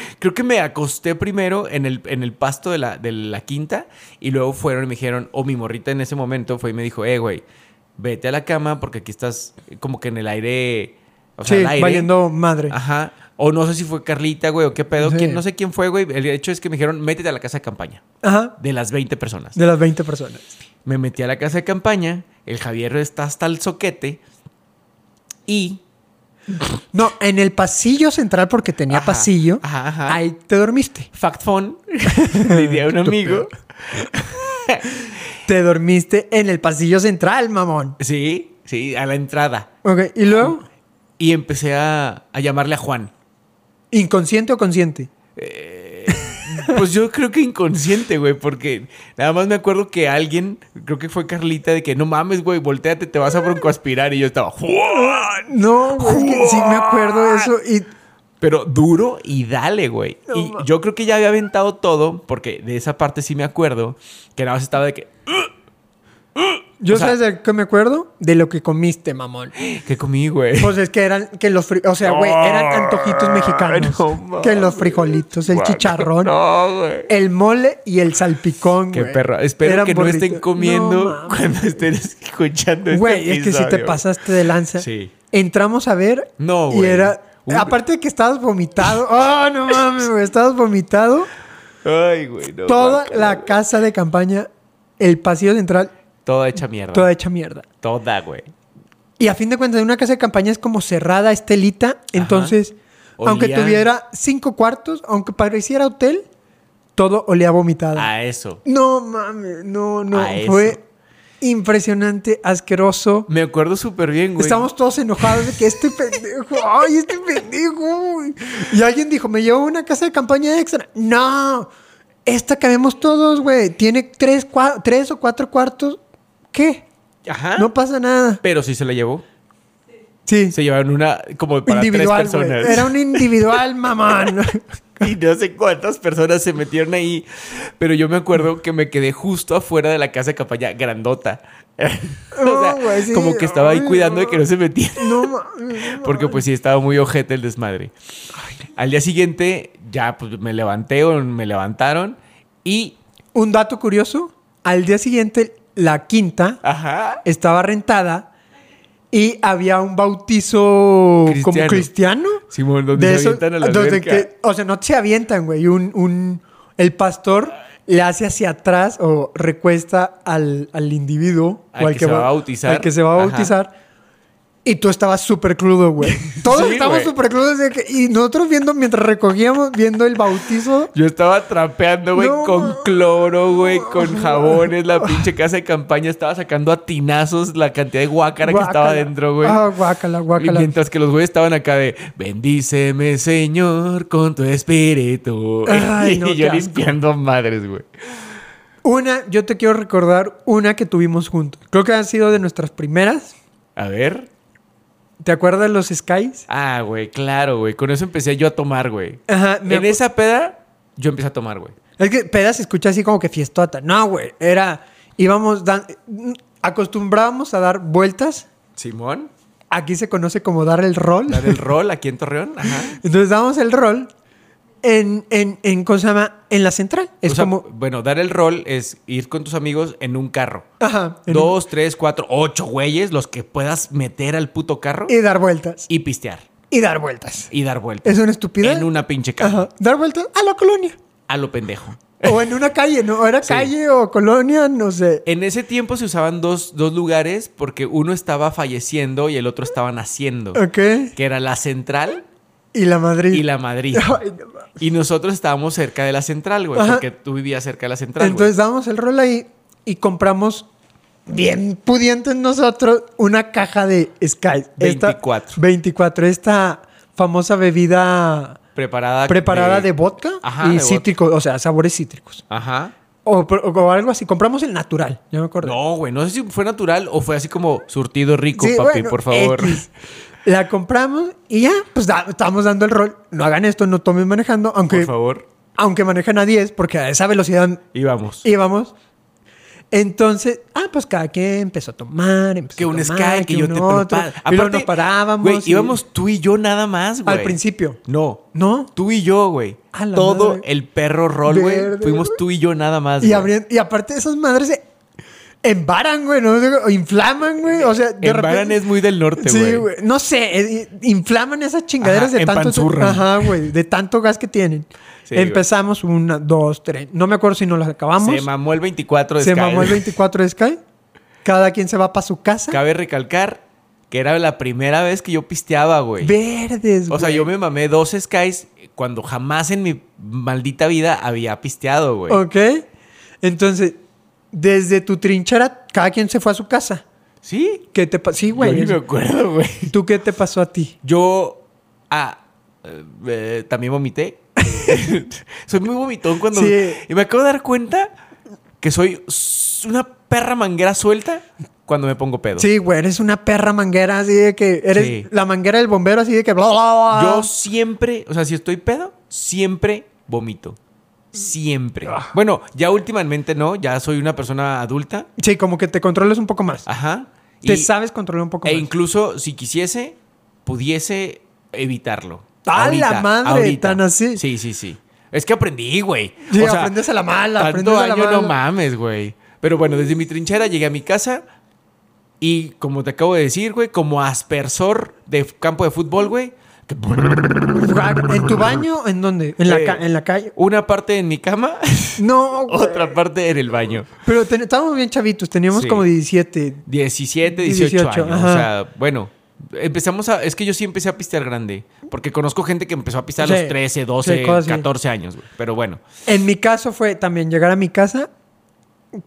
S1: (laughs) Creo que me acosté primero en el, en el pasto de la, de la quinta y luego fueron y me dijeron, o mi morrita en ese momento fue y me dijo, eh, güey, vete a la cama porque aquí estás como que en el aire... O sea,
S2: sí,
S1: al aire.
S2: valiendo madre.
S1: Ajá. O no sé si fue Carlita, güey, o qué pedo.
S2: Sí.
S1: quién- no sé quién fue, güey. El hecho es que me dijeron, métete a la casa de campaña.
S2: Ajá.
S1: De las 20 personas.
S2: De las 20 personas.
S1: Me metí a la casa de campaña. El Javier está hasta el soquete. Y.
S2: No, en el pasillo central, porque tenía
S1: Ajá,
S2: pasillo,
S1: ajá, ajá.
S2: ahí te dormiste.
S1: Fact
S2: (laughs)
S1: phone. diría un amigo.
S2: Te dormiste en el pasillo central, mamón.
S1: Sí, sí, a la entrada.
S2: Ok, ¿y luego?
S1: Y empecé a, a llamarle a Juan.
S2: ¿Inconsciente o consciente?
S1: Pues yo creo que inconsciente, güey, porque nada más me acuerdo que alguien, creo que fue Carlita, de que no mames, güey, volteate, te vas a broncoaspirar. Y yo estaba, ¡Juan!
S2: No, güey, es que sí me acuerdo de eso. Y
S1: Pero duro y dale, güey.
S2: No
S1: y
S2: ma-
S1: yo creo que ya había aventado todo, porque de esa parte sí me acuerdo, que nada más estaba de que,
S2: yo
S1: O sea-
S2: sabes de qué me acuerdo de lo que comiste, mamón.
S1: ¿qué comí, güey?
S2: Pues es que eran que los fri- o
S1: (laughs)
S2: sea, güey, eran antojitos mexicanos.
S1: Ah, no
S2: que los frijolitos, el chicharrón,
S1: (laughs) No, güey.
S2: el mole y el salpicón,
S1: Qué
S2: güey.
S1: perro. Espero
S2: Eran
S1: que no
S2: burritos.
S1: estén comiendo
S2: No, mames.
S1: cuando estén escuchando (laughs) este
S2: Güey, es que si te
S1: episodio.
S2: pasaste de lanza.
S1: Sí.
S2: Entramos a ver.
S1: No,
S2: Y
S1: güey.
S2: era.
S1: Un-
S2: Aparte de que estabas vomitado. (laughs) ¡Oh, no mames, güey! Estabas vomitado.
S1: Ay, güey, no.
S2: toda
S1: guácala,
S2: la
S1: güey.
S2: casa de campaña, el pasillo central,
S1: Toda hecha mierda.
S2: toda hecha mierda.
S1: Toda, güey.
S2: Y a fin de cuentas, una casa de campaña es como cerrada, estelita. Entonces,
S1: Olía.
S2: aunque tuviera cinco cuartos, aunque pareciera hotel, todo olía vomitado.
S1: A eso.
S2: No mames, no, no.
S1: A
S2: Fue
S1: eso.
S2: impresionante, asqueroso.
S1: Me acuerdo súper bien, güey.
S2: Estamos todos enojados de que este pendejo, ay, este pendejo. güey. Y alguien dijo, me llevo una casa de campaña extra. No, esta cabemos todos, güey. Tiene tres, cua- tres o cuatro cuartos. ¿Qué?
S1: Ajá.
S2: No pasa nada.
S1: Pero sí se la llevó.
S2: Sí,
S1: Se llevaron una como para
S2: individual,
S1: tres
S2: güey.
S1: personas.
S2: Era un individual, mamán.
S1: (laughs) Y no sé cuántas personas se metieron ahí. Pero yo me acuerdo que me quedé justo afuera de la casa de campaña grandota. (laughs) o sea,
S2: No, güey, sí.
S1: como que estaba ahí
S2: Ay,
S1: cuidando de
S2: no.
S1: que no se metiera.
S2: No mames.
S1: Porque pues sí, estaba muy ojete el desmadre. Al día siguiente ya pues me levanté o me levantaron y...
S2: Un dato curioso, al día siguiente la quinta
S1: Ajá.
S2: estaba rentada y había un bautizo como
S1: Cristiano.
S2: cristiano.
S1: Simón, donde se
S2: esos-
S1: avientan a la
S2: donde
S1: alberca.
S2: que- o sea, no se avientan, güey. Un, un- el pastor le hace hacia atrás o recuesta al, al individuo.
S1: Al
S2: o
S1: que se va a bautizar.
S2: Al que se va a
S1: Ajá.
S2: bautizar. Y tú estabas súper
S1: (laughs)
S2: crudo, güey. Todos
S1: Sí,
S2: estábamos
S1: güey.
S2: súper crudos. de que- Y nosotros viendo, mientras recogíamos, viendo el bautizo.
S1: Yo estaba trapeando, güey,
S2: No,
S1: con
S2: ma-
S1: cloro, güey, con jabones, la pinche casa de campaña. Estaba sacando a tinazos la cantidad de guácara que estaba
S2: Guácala.
S1: adentro, güey.
S2: Ah, guácala,
S1: Y
S2: guácala.
S1: mientras que los güeyes estaban acá de Bendíceme, Señor, con tu espíritu.
S2: Ay,
S1: (laughs)
S2: no,
S1: y yo
S2: qué asco.
S1: limpiando madres, güey.
S2: Una, yo te quiero recordar una que tuvimos juntos. Creo que han sido de nuestras primeras.
S1: A ver.
S2: ¿Te acuerdas los Skies?
S1: Ah, güey, claro, güey. Con eso empecé yo a tomar, güey.
S2: Ajá, me
S1: En
S2: acu-
S1: esa peda, yo empecé a tomar, güey.
S2: Es que pedas se escucha así como que fiestota. No, güey. Era. Íbamos. dan- Acostumbrábamos a dar vueltas.
S1: Simón,
S2: Aquí se conoce como dar el rol.
S1: dar el rol aquí en Torreón. Ajá.
S2: Entonces dábamos el rol en, en, en, ¿cómo se llama? En la central. Es
S1: O sea,
S2: como.
S1: Bueno, dar el rol es ir con tus amigos en un carro.
S2: Ajá. en-
S1: Dos, tres, cuatro, ocho güeyes, los que puedas meter al puto carro
S2: Y dar vueltas.
S1: y pistear.
S2: Y dar vueltas.
S1: Y dar vueltas.
S2: Es una estupidez.
S1: En una pinche caja.
S2: Ajá. Dar vueltas a la colonia.
S1: A lo pendejo.
S2: O en una calle, ¿no? Era calle o colonia, no sé.
S1: En ese tiempo se usaban dos, dos lugares porque uno estaba falleciendo y el otro estaba naciendo.
S2: Ok.
S1: Que era la central
S2: Y la Madrid.
S1: y la Madrid.
S2: (laughs) Ay, no mames.
S1: Y nosotros estábamos cerca de la central, güey.
S2: Ajá.
S1: Porque tú vivías cerca de la central. güey.
S2: Entonces damos el rol ahí y compramos, bien pudientes nosotros, una caja de Sky. Esta-
S1: 24.
S2: 24. Esta famosa bebida
S1: preparada.
S2: preparada de, vodka
S1: Ah, Ajá,
S2: y
S1: de
S2: cítricos, o sea, sabores cítricos.
S1: Ajá.
S2: O, o algo así. Compramos el natural, ya me acuerdo.
S1: No, güey. No sé si fue natural o fue así como surtido rico,
S2: Sí,
S1: papi,
S2: bueno,
S1: por favor.
S2: X. La compramos y ya, pues da- estamos dando el rol. No hagan esto, no tomen manejando,
S1: Por
S2: aunque,
S1: favor.
S2: aunque manejan a 10, porque a esa velocidad
S1: Y vamos.
S2: íbamos. Entonces, ah, pues cada quien empezó a tomar, empezó
S1: que
S2: a
S1: un
S2: tomar,
S1: Sky, que yo
S2: un
S1: te
S2: otro,
S1: preparo.
S2: y luego
S1: Aparte,
S2: nos parábamos.
S1: Güey,
S2: y-
S1: íbamos tú y yo nada más, güey.
S2: al principio.
S1: No.
S2: ¿No?
S1: Tú y yo, güey.
S2: A la
S1: Todo
S2: madre.
S1: el perro rol, güey.
S2: Verde,
S1: Fuimos
S2: güey.
S1: tú y yo nada más.
S2: Y,
S1: güey.
S2: abrían- y aparte esas madres se embaran, güey, ¿no? O inflaman, güey. O sea, de
S1: Embaran
S2: repente-
S1: es muy del norte, güey.
S2: Sí, güey. No sé, eh, eh, inflaman esas chingaderas
S1: Ajá,
S2: de tanto
S1: empanzurran.
S2: Ajá, güey, de tanto gas que tienen.
S1: Sí,
S2: Empezamos una, dos, tres. No me acuerdo si nos las acabamos.
S1: Se mamó el 24 de
S2: Se
S1: Sky.
S2: mamó el 24 de Sky. Cada quien se va para su casa.
S1: Cabe recalcar que era la primera vez que yo pisteaba, güey.
S2: Verdes, güey.
S1: O sea, yo me mamé dos Skies cuando jamás en mi maldita vida había pisteado, güey.
S2: Ok. Entonces, desde tu trinchera, cada quien se fue a su casa.
S1: Sí.
S2: ¿Qué te pasó? Sí,
S1: Yo
S2: güey.
S1: ni me acuerdo, güey.
S2: ¿Tú qué te pasó a ti?
S1: Yo. Ah. eh, también vomité. (laughs) soy muy vomitón cuando.
S2: Sí.
S1: Y me acabo de dar cuenta que soy s- una perra manguera suelta cuando me pongo pedo.
S2: Sí, güey, eres una perra manguera así de que eres
S1: Sí.
S2: la manguera del bombero así de que bla bla bla.
S1: Yo siempre, o sea, si estoy pedo, siempre vomito. Siempre.
S2: Ah.
S1: Bueno, ya últimamente no, ya soy una persona adulta.
S2: Sí, como que te controles un poco más.
S1: Ajá.
S2: Te
S1: Ah, Y-
S2: sabes controlar un poco
S1: E
S2: más.
S1: incluso si quisiese, pudiese evitarlo.
S2: ¡A la madre! ¿Tan así?
S1: Sí, sí, sí. Es que aprendí, güey.
S2: Sí, aprendes a la mala,
S1: tanto
S2: aprendes a la
S1: año
S2: mala.
S1: no mames, güey. Pero bueno, desde mi trinchera llegué a mi casa y como te acabo de decir, güey, como aspersor de f- campo de fútbol, güey, que- (laughs)
S2: ¿En tu baño? ¿En dónde? ¿En, la,
S1: Eh.
S2: ca- en la calle?
S1: una parte en mi cama, (laughs)
S2: No, güey.
S1: otra parte en el baño.
S2: Pero ten- estábamos bien chavitos, teníamos
S1: Sí.
S2: como 17.
S1: 17, 18,
S2: 18,
S1: años. O
S2: ajá.
S1: sea, bueno, Empezamos a. Es que yo sí empecé a pistear grande. Porque conozco gente que empezó a pistear a
S2: Sí.
S1: los 13, 12,
S2: Sí, cosas así.
S1: 14 años, güey. Pero bueno.
S2: En mi caso fue también llegar a mi casa,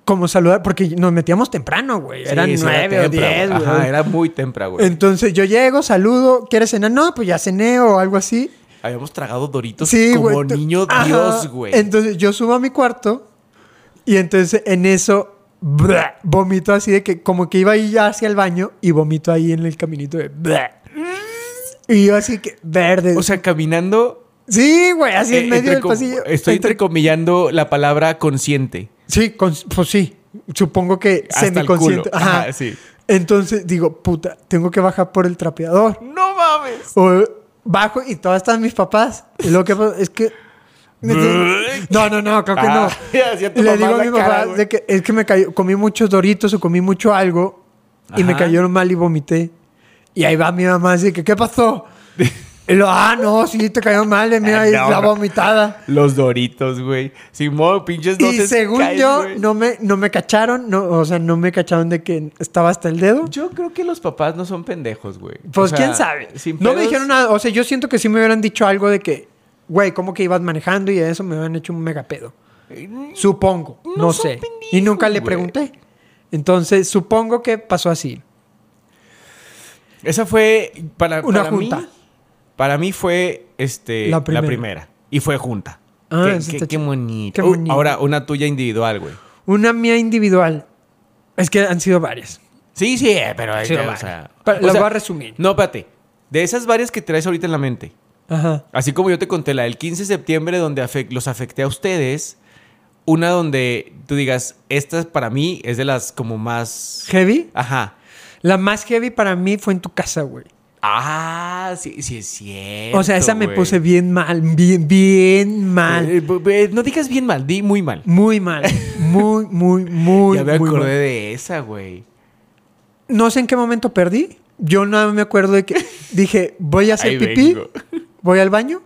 S2: como saludar, porque nos metíamos temprano, güey. Eran
S1: Sí, sí, era
S2: nueve o
S1: tempra,
S2: diez, güey.
S1: Ajá, era muy temprano, güey.
S2: Entonces yo llego, saludo, ¿quieres cenar? No, pues ya cené o algo así.
S1: Habíamos tragado doritos
S2: Sí,
S1: como
S2: güey, tú-
S1: niño
S2: Ajá.
S1: Dios, güey.
S2: Entonces yo subo a mi cuarto y entonces en eso bla, vomito así de que como que iba a ir hacia el baño y vomito ahí en el caminito de bla. y yo así que verde.
S1: Mm. O sea, caminando.
S2: sí, güey, así
S1: eh,
S2: en medio
S1: entre
S2: del
S1: com-
S2: pasillo.
S1: Estoy
S2: Entre-
S1: entrecomillando la palabra consciente.
S2: Sí, con- pues sí. Supongo que
S1: Hasta el
S2: semiconsciente.
S1: culo. Ajá,
S2: Ajá.
S1: sí.
S2: Entonces digo, puta, tengo que bajar por el trapeador.
S1: ¡No mames!
S2: O bajo y todas están mis papás. Y lo que pasa es que. No, no, no, creo que no.
S1: Ah, (laughs) hacía tu
S2: Le
S1: mamá
S2: digo a
S1: la
S2: mi
S1: cara,
S2: papá
S1: güey.
S2: de que es que me cayó, comí muchos doritos o comí mucho algo y me
S1: Ajá.
S2: cayeron mal y vomité. Y ahí va mi mamá así que,
S1: (laughs)
S2: ¿qué pasó? Y lo, ah, no, sí, te cayó mal, y mira,
S1: Ah,
S2: ahí
S1: no,
S2: la
S1: no.
S2: vomitada.
S1: Los doritos, güey. Simón, (laughs) pinches
S2: Y
S1: doces
S2: según
S1: caen,
S2: yo,
S1: güey.
S2: no me, no me cacharon, no, o sea, no me cacharon de que estaba hasta el dedo.
S1: Yo creo que los papás no son pendejos, güey.
S2: Pues
S1: O sea,
S2: quién sabe.
S1: sin
S2: no me
S1: pedos-
S2: dijeron nada. O sea, yo siento que sí me hubieran dicho algo de que, güey, ¿cómo que ibas manejando? Y a eso me hubieran hecho un mega pedo. Supongo. No,
S1: No son
S2: sé.
S1: pendejos,
S2: Y nunca le
S1: güey.
S2: pregunté. Entonces, supongo que pasó así.
S1: Esa fue para
S2: Una
S1: para mí-
S2: junta.
S1: para mí fue este
S2: La
S1: la primera.
S2: primera.
S1: Y fue junta.
S2: Ah,
S1: qué,
S2: eso
S1: qué-
S2: está
S1: qué
S2: chido.
S1: bonito.
S2: Qué
S1: Uh,
S2: bonito.
S1: ahora, una tuya individual, güey.
S2: Una mía individual. Es que han sido varias.
S1: Sí, sí, eh, pero ahí
S2: Sí,
S1: te-
S2: vale.
S1: o sea,
S2: Pero
S1: o
S2: las
S1: sea,
S2: voy a resumir.
S1: No, espérate. De esas varias que traes ahorita en la mente,
S2: Ajá.
S1: así como yo te conté la del 15 de septiembre donde afec- los afecté a ustedes, una donde tú digas, esta para mí es de las como más...
S2: ¿Heavy?
S1: Ajá.
S2: La más heavy para mí fue en tu casa, güey.
S1: Ah, sí, sí es cierto.
S2: O sea, esa me
S1: güey.
S2: puse bien mal, bien, bien mal.
S1: Eh, bu- bu- no digas bien mal, di muy mal.
S2: Muy mal. Muy, muy, muy,
S1: ya me
S2: muy
S1: acordé
S2: mal.
S1: de esa, güey.
S2: No sé en qué momento perdí. Yo nada más me acuerdo de que (laughs) dije, voy a
S1: Ahí
S2: hacer pipí,
S1: vengo.
S2: voy al baño.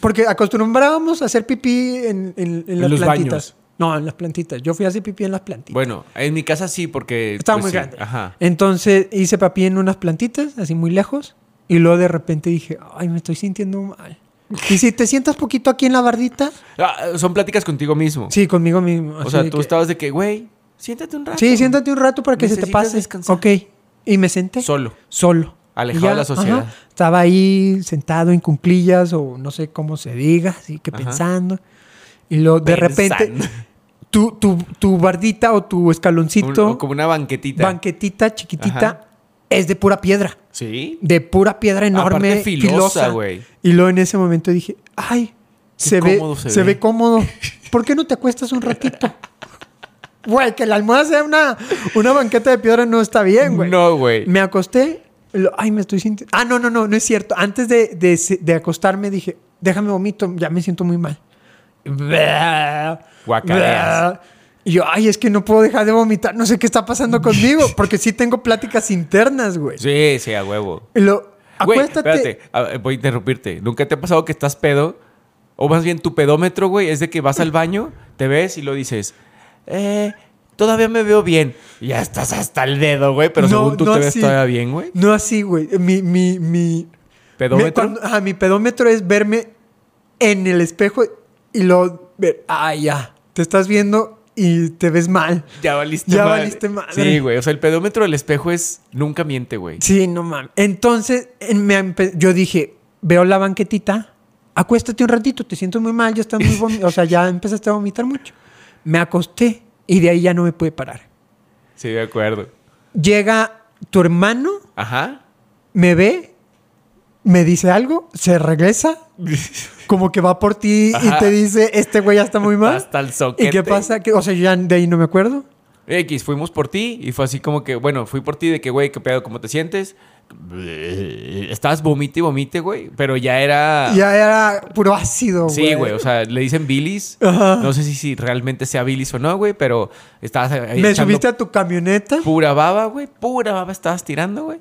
S2: Porque acostumbrábamos a hacer pipí en, en- en las
S1: los
S2: plantitas.
S1: baños.
S2: No, en las plantitas. Yo fui a hacer pipí en las plantitas.
S1: Bueno, en mi casa sí, porque.
S2: Estaba
S1: pues,
S2: muy
S1: sí,
S2: grande.
S1: Ajá.
S2: Entonces hice papi en unas plantitas, así muy lejos. Y luego de repente dije, ay, me estoy sintiendo mal. Y si te sientas poquito aquí en la bardita,
S1: Ah, son pláticas contigo mismo.
S2: sí, conmigo mismo.
S1: o
S2: así
S1: sea,
S2: de
S1: tú
S2: que,
S1: estabas de que, güey, siéntate un rato.
S2: Sí, siéntate un rato para que se te
S1: Necesitas
S2: pase.
S1: descansar.
S2: Ok. Y me senté.
S1: Solo.
S2: Solo.
S1: Alejado
S2: Y
S1: de la sociedad.
S2: estaba ahí sentado en cumplillas o no sé cómo se diga, así que
S1: Ajá.
S2: pensando. Y luego de
S1: (laughs)
S2: repente
S1: Pensando.
S2: tu, tu, tu bardita o tu escaloncito,
S1: Un- o como una banquetita.
S2: banquetita chiquitita,
S1: Ajá.
S2: es de pura piedra.
S1: sí.
S2: De pura piedra enorme.
S1: Aparte filosa, güey.
S2: Y luego en ese momento dije, ay, se ve,
S1: cómodo se
S2: se
S1: ve". (laughs)
S2: ve cómodo. ¿Por qué no te acuestas un ratito? Güey, que la almohada sea una, una banqueta de piedra no está bien, güey.
S1: No, güey.
S2: Me acosté. lo- ay, me estoy sintiendo. Ah, no, no, no, no es cierto. Antes de, de se- de acostarme dije, déjame vomito, ya me siento muy mal.
S1: Guacareas.
S2: Y yo, ay, es que no puedo dejar de vomitar. No sé qué está pasando conmigo, porque sí tengo pláticas internas, güey.
S1: Sí, sí, a huevo.
S2: Y lo-
S1: Güey,
S2: acuéstate.
S1: espérate, a ver, voy a interrumpirte. ¿Nunca te ha pasado que estás pedo? O más bien tu pedómetro, güey, es de que vas al baño, te ves y lo dices, eh, todavía me veo bien. Y ya estás hasta el dedo, güey, pero
S2: No,
S1: según tú
S2: no
S1: te ves
S2: así.
S1: todavía bien, güey.
S2: No así, güey. Mi, mi, mi.
S1: ¿Pedómetro?
S2: mi- cuando- ajá, mi pedómetro es verme en el espejo y lo ver. Ah, ya. Te estás viendo y te ves mal.
S1: Ya valiste
S2: Ya
S1: madre.
S2: valiste madre.
S1: Sí, güey. O sea, el pedómetro del espejo es nunca miente, güey.
S2: Sí, no mames. Entonces en- me empe- yo dije, veo la banquetita, acuéstate un ratito, te siento muy mal, ya estás muy vomi- o sea, ya empezaste a vomitar mucho. Me acosté y de ahí ya no me pude parar.
S1: Sí, de acuerdo.
S2: Llega tu hermano,
S1: Ajá.
S2: me ve, me dice algo, se regresa, como que va por ti
S1: Ajá.
S2: y te dice, este güey ya está muy mal.
S1: Hasta el
S2: ¿Y
S1: soquete.
S2: qué pasa? Que, o sea, yo ya de ahí no me acuerdo.
S1: X, fuimos por ti y fue así como que, bueno, fui por ti de que, güey, qué pedo, ¿cómo te sientes? Estabas vomite y vomite, güey. Pero ya era.
S2: Ya era puro ácido, güey.
S1: Ah. Sí, güey, o sea, le dicen bilis.
S2: Ajá.
S1: No sé si, si realmente sea bilis o no, güey, pero estabas ahí
S2: me
S1: echando
S2: subiste a tu camioneta.
S1: pura baba, güey, pura baba estabas tirando, güey.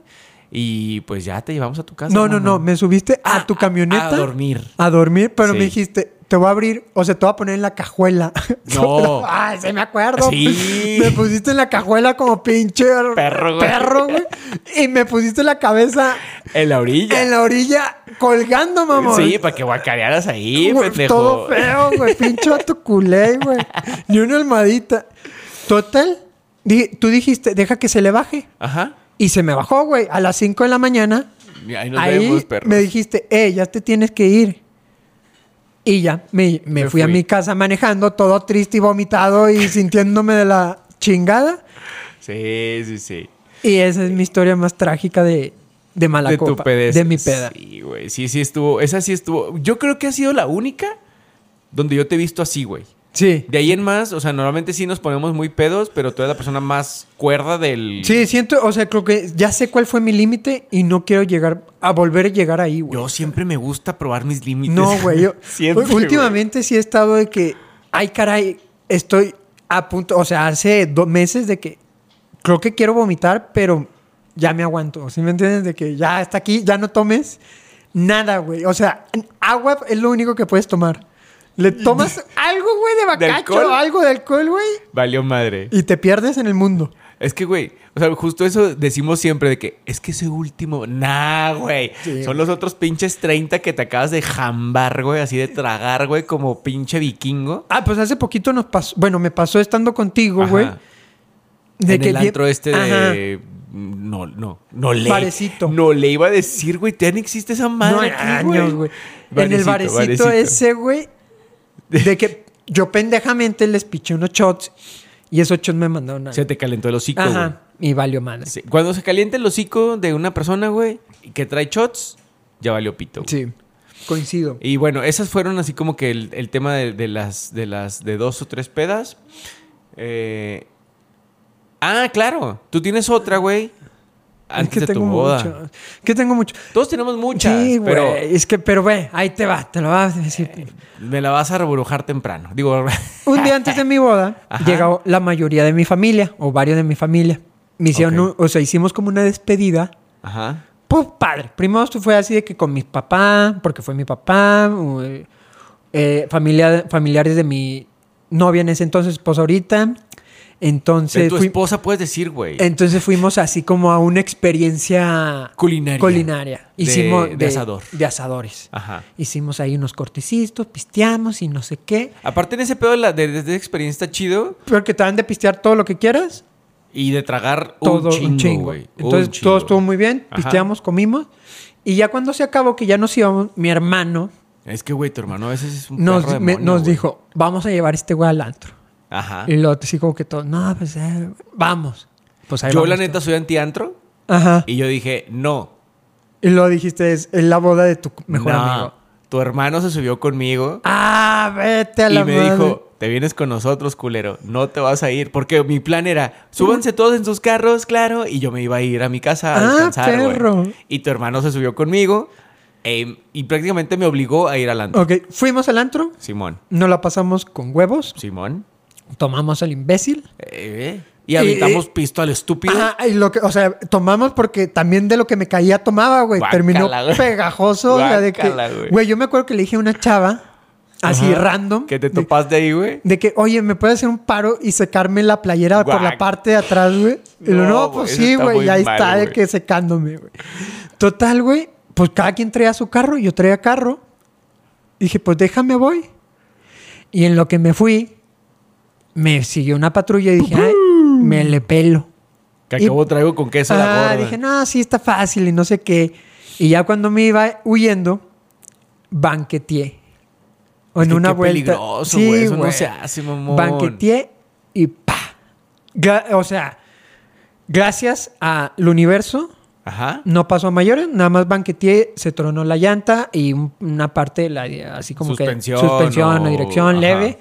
S1: Y pues ya te llevamos a tu casa.
S2: No, no, no,
S1: hermano.
S2: me subiste
S1: Ah,
S2: a tu camioneta.
S1: a dormir.
S2: A dormir, pero
S1: Sí.
S2: me dijiste, te voy a abrir, o sea, te voy a poner en la cajuela. (laughs)
S1: No.
S2: Ay, se me acuerdo.
S1: Sí.
S2: Me pusiste en la cajuela como pinche
S1: Perro, güey.
S2: perro, güey. Y me pusiste la cabeza
S1: En la orilla.
S2: en la orilla colgando, mamón.
S1: Sí, para que guacarearas ahí,
S2: Güey,
S1: pendejo.
S2: Todo feo, güey. Pinche a tu culé, güey. Ni una almadita. Total. di- tú dijiste, deja que se le baje.
S1: Ajá.
S2: Y se me bajó, güey. A las 5 de la mañana.
S1: Ahí nos
S2: Ahí
S1: vemos, perro.
S2: me dijiste, eh, ya te tienes que ir. Y ya, me, me
S1: Me
S2: fui, a
S1: fui.
S2: mi casa manejando todo triste y
S1: (laughs)
S2: vomitado y sintiéndome de la chingada.
S1: Sí, sí, sí.
S2: Y esa es mi historia más trágica de, de mala
S1: de tu
S2: copa.
S1: pedez.
S2: De mi peda.
S1: Sí, güey. Sí, sí estuvo. Esa sí estuvo. Yo creo que ha sido la única donde yo te he visto así, güey.
S2: Sí.
S1: De ahí en más, o sea, normalmente sí nos ponemos muy pedos, pero tú eres la persona más cuerda del.
S2: Sí, siento, o sea, creo que ya sé cuál fue mi límite y no quiero llegar a volver a llegar ahí, güey.
S1: Yo siempre me gusta probar mis límites.
S2: No, güey. Yo,
S1: (laughs) siempre. güey.
S2: últimamente sí he estado de que, ay, caray, estoy a punto, o sea, hace dos meses de que creo que quiero vomitar, pero ya me aguanto. ¿Sí me entiendes? De que ya hasta aquí, ya no tomes nada, güey. O sea, agua es lo único que puedes tomar.
S1: (laughs)
S2: Le tomas algo, güey, de
S1: ¿De alcohol?
S2: bacacho, algo de alcohol, güey,
S1: Valió madre.
S2: y te pierdes en el mundo.
S1: Es que, güey, o sea, justo eso decimos siempre de que es que ese último, nah, güey.
S2: Sí,
S1: Son
S2: güey.
S1: los otros pinches 30 que te acabas de jambar, güey, así de tragar, güey, como pinche vikingo.
S2: Ah, pues hace poquito nos pasó, bueno, me pasó estando contigo,
S1: Ajá.
S2: güey.
S1: en el
S2: bien-
S1: antro este
S2: Ajá.
S1: de. No, no, no le.
S2: Barecito.
S1: No le iba a decir, güey, te existe esa
S2: No,
S1: madre. aquí,
S2: años, güey. En el barecito, ese, güey, de que yo pendejamente les piché unos shots y esos shots me mandaron a...
S1: Se te calentó el hocico, güey.
S2: Ajá, y valió madre.
S1: Sí,
S2: Sí.
S1: Cuando se calienta el hocico de una persona, güey, y que trae shots, ya valió pito. güey.
S2: coincido.
S1: Y bueno, esas fueron así como que el, el tema de, de las de las de dos o tres pedas. Eh, ah, claro. Tú tienes otra, güey. Antes de tu boda.
S2: mucho. Que tengo mucho.
S1: Todos tenemos muchas,
S2: sí, güey.
S1: pero
S2: Es que, pero, güey, ahí te va, te lo vas a decir.
S1: me la vas a rebrujar temprano. Digo, (laughs)
S2: Un día antes de mi boda,
S1: Ajá.
S2: llegó la mayoría de mi familia, o varios de mi familia. Me hicieron,
S1: Ok.
S2: un- o sea, hicimos como una despedida.
S1: ajá.
S2: Pues padre. Primero esto fue así de que con mi papá, porque fue mi papá, u- eh, familia- familiares de mi novia en ese entonces, esposa ahorita.
S1: De
S2: Entonces,
S1: tu
S2: fui-
S1: esposa puedes decir, güey.
S2: entonces fuimos así como a una experiencia
S1: Culinaria.
S2: culinaria.
S1: De-
S2: Hicimos
S1: de asador.
S2: De asadores.
S1: Ajá.
S2: Hicimos ahí unos cortecitos, pisteamos y no sé qué.
S1: Aparte en ese pedo de la de, de- de experiencia está chido
S2: Porque te dan de pistear todo lo que quieras.
S1: y de tragar
S2: todo
S1: un chingo, güey. Un
S2: Entonces
S1: chingo.
S2: todo estuvo muy bien,
S1: Ajá.
S2: pisteamos, comimos. Y ya cuando se acabó, que ya nos íbamos, mi hermano
S1: Es que, güey, tu hermano a veces es un
S2: nos,
S1: perro
S2: me-
S1: demonio,
S2: nos
S1: güey. Ah.
S2: dijo, eh, vamos a llevar este güey al antro.
S1: Ajá.
S2: Y luego así como que todo, no, pues eh, vamos. Pues ahí
S1: Yo
S2: vamos
S1: la
S2: todos.
S1: neta soy antiantro
S2: Ajá.
S1: y yo dije, "No,
S2: Y luego dijiste, es es la boda de tu mejor
S1: No,
S2: amigo.
S1: Tu hermano se subió conmigo
S2: Ah, vete a
S1: y
S2: la
S1: me
S2: madre.
S1: dijo, te vienes con nosotros, culero, no te vas a ir. Porque mi plan era, súbanse todos en sus carros, claro, y yo me iba a ir a mi casa a
S2: Mm. Ah,
S1: descansar, güey.
S2: perro.
S1: Y tu hermano se subió conmigo eh, y prácticamente me obligó a ir al antro.
S2: Ok, fuimos al antro,
S1: Simón,
S2: nos la pasamos con huevos,
S1: Simón.
S2: tomamos al imbécil.
S1: eh, y aventamos pisto al estúpido.
S2: Ajá, y lo que, o sea, tomamos porque también de lo que me caía tomaba, güey.
S1: Guácala,
S2: Terminó
S1: güey.
S2: pegajoso. o sea, de que-
S1: Guácala, güey.
S2: güey, yo me acuerdo que le dije a una chava, así
S1: Ajá.
S2: random.
S1: Que te
S2: de-
S1: topaste ahí, güey.
S2: De que, oye, ¿me puedes hacer un paro y secarme la playera por
S1: Guac.
S2: la parte de atrás, güey? Y
S1: No,
S2: lo, No,
S1: güey,
S2: pues
S1: eso
S2: sí,
S1: está
S2: güey.
S1: muy
S2: Y ahí
S1: mal,
S2: está de
S1: güey.
S2: que secándome, güey. Total, güey. Pues cada quien traía su carro, yo traía carro. Dije, pues déjame voy. Y en lo que me fui, me siguió una patrulla y dije, ay, me le pelo.
S1: Que
S2: y-
S1: acabo traigo con queso a la
S2: Ah,
S1: gorda.
S2: dije, no, sí, está fácil y no sé qué. Y ya cuando me iba huyendo, banqueteé. O
S1: Es
S2: en
S1: que
S2: una
S1: qué
S2: vuelta.
S1: peligroso, güey, eso no se hace, mamón.
S2: Banqueteé y pa. Gra- o sea, gracias al universo,
S1: Ajá.
S2: no pasó a mayores, nada más banqueteé, se tronó la llanta y un- una parte de la, así como
S1: Suspensión
S2: que suspensión
S1: o-
S2: o dirección
S1: ajá.
S2: leve.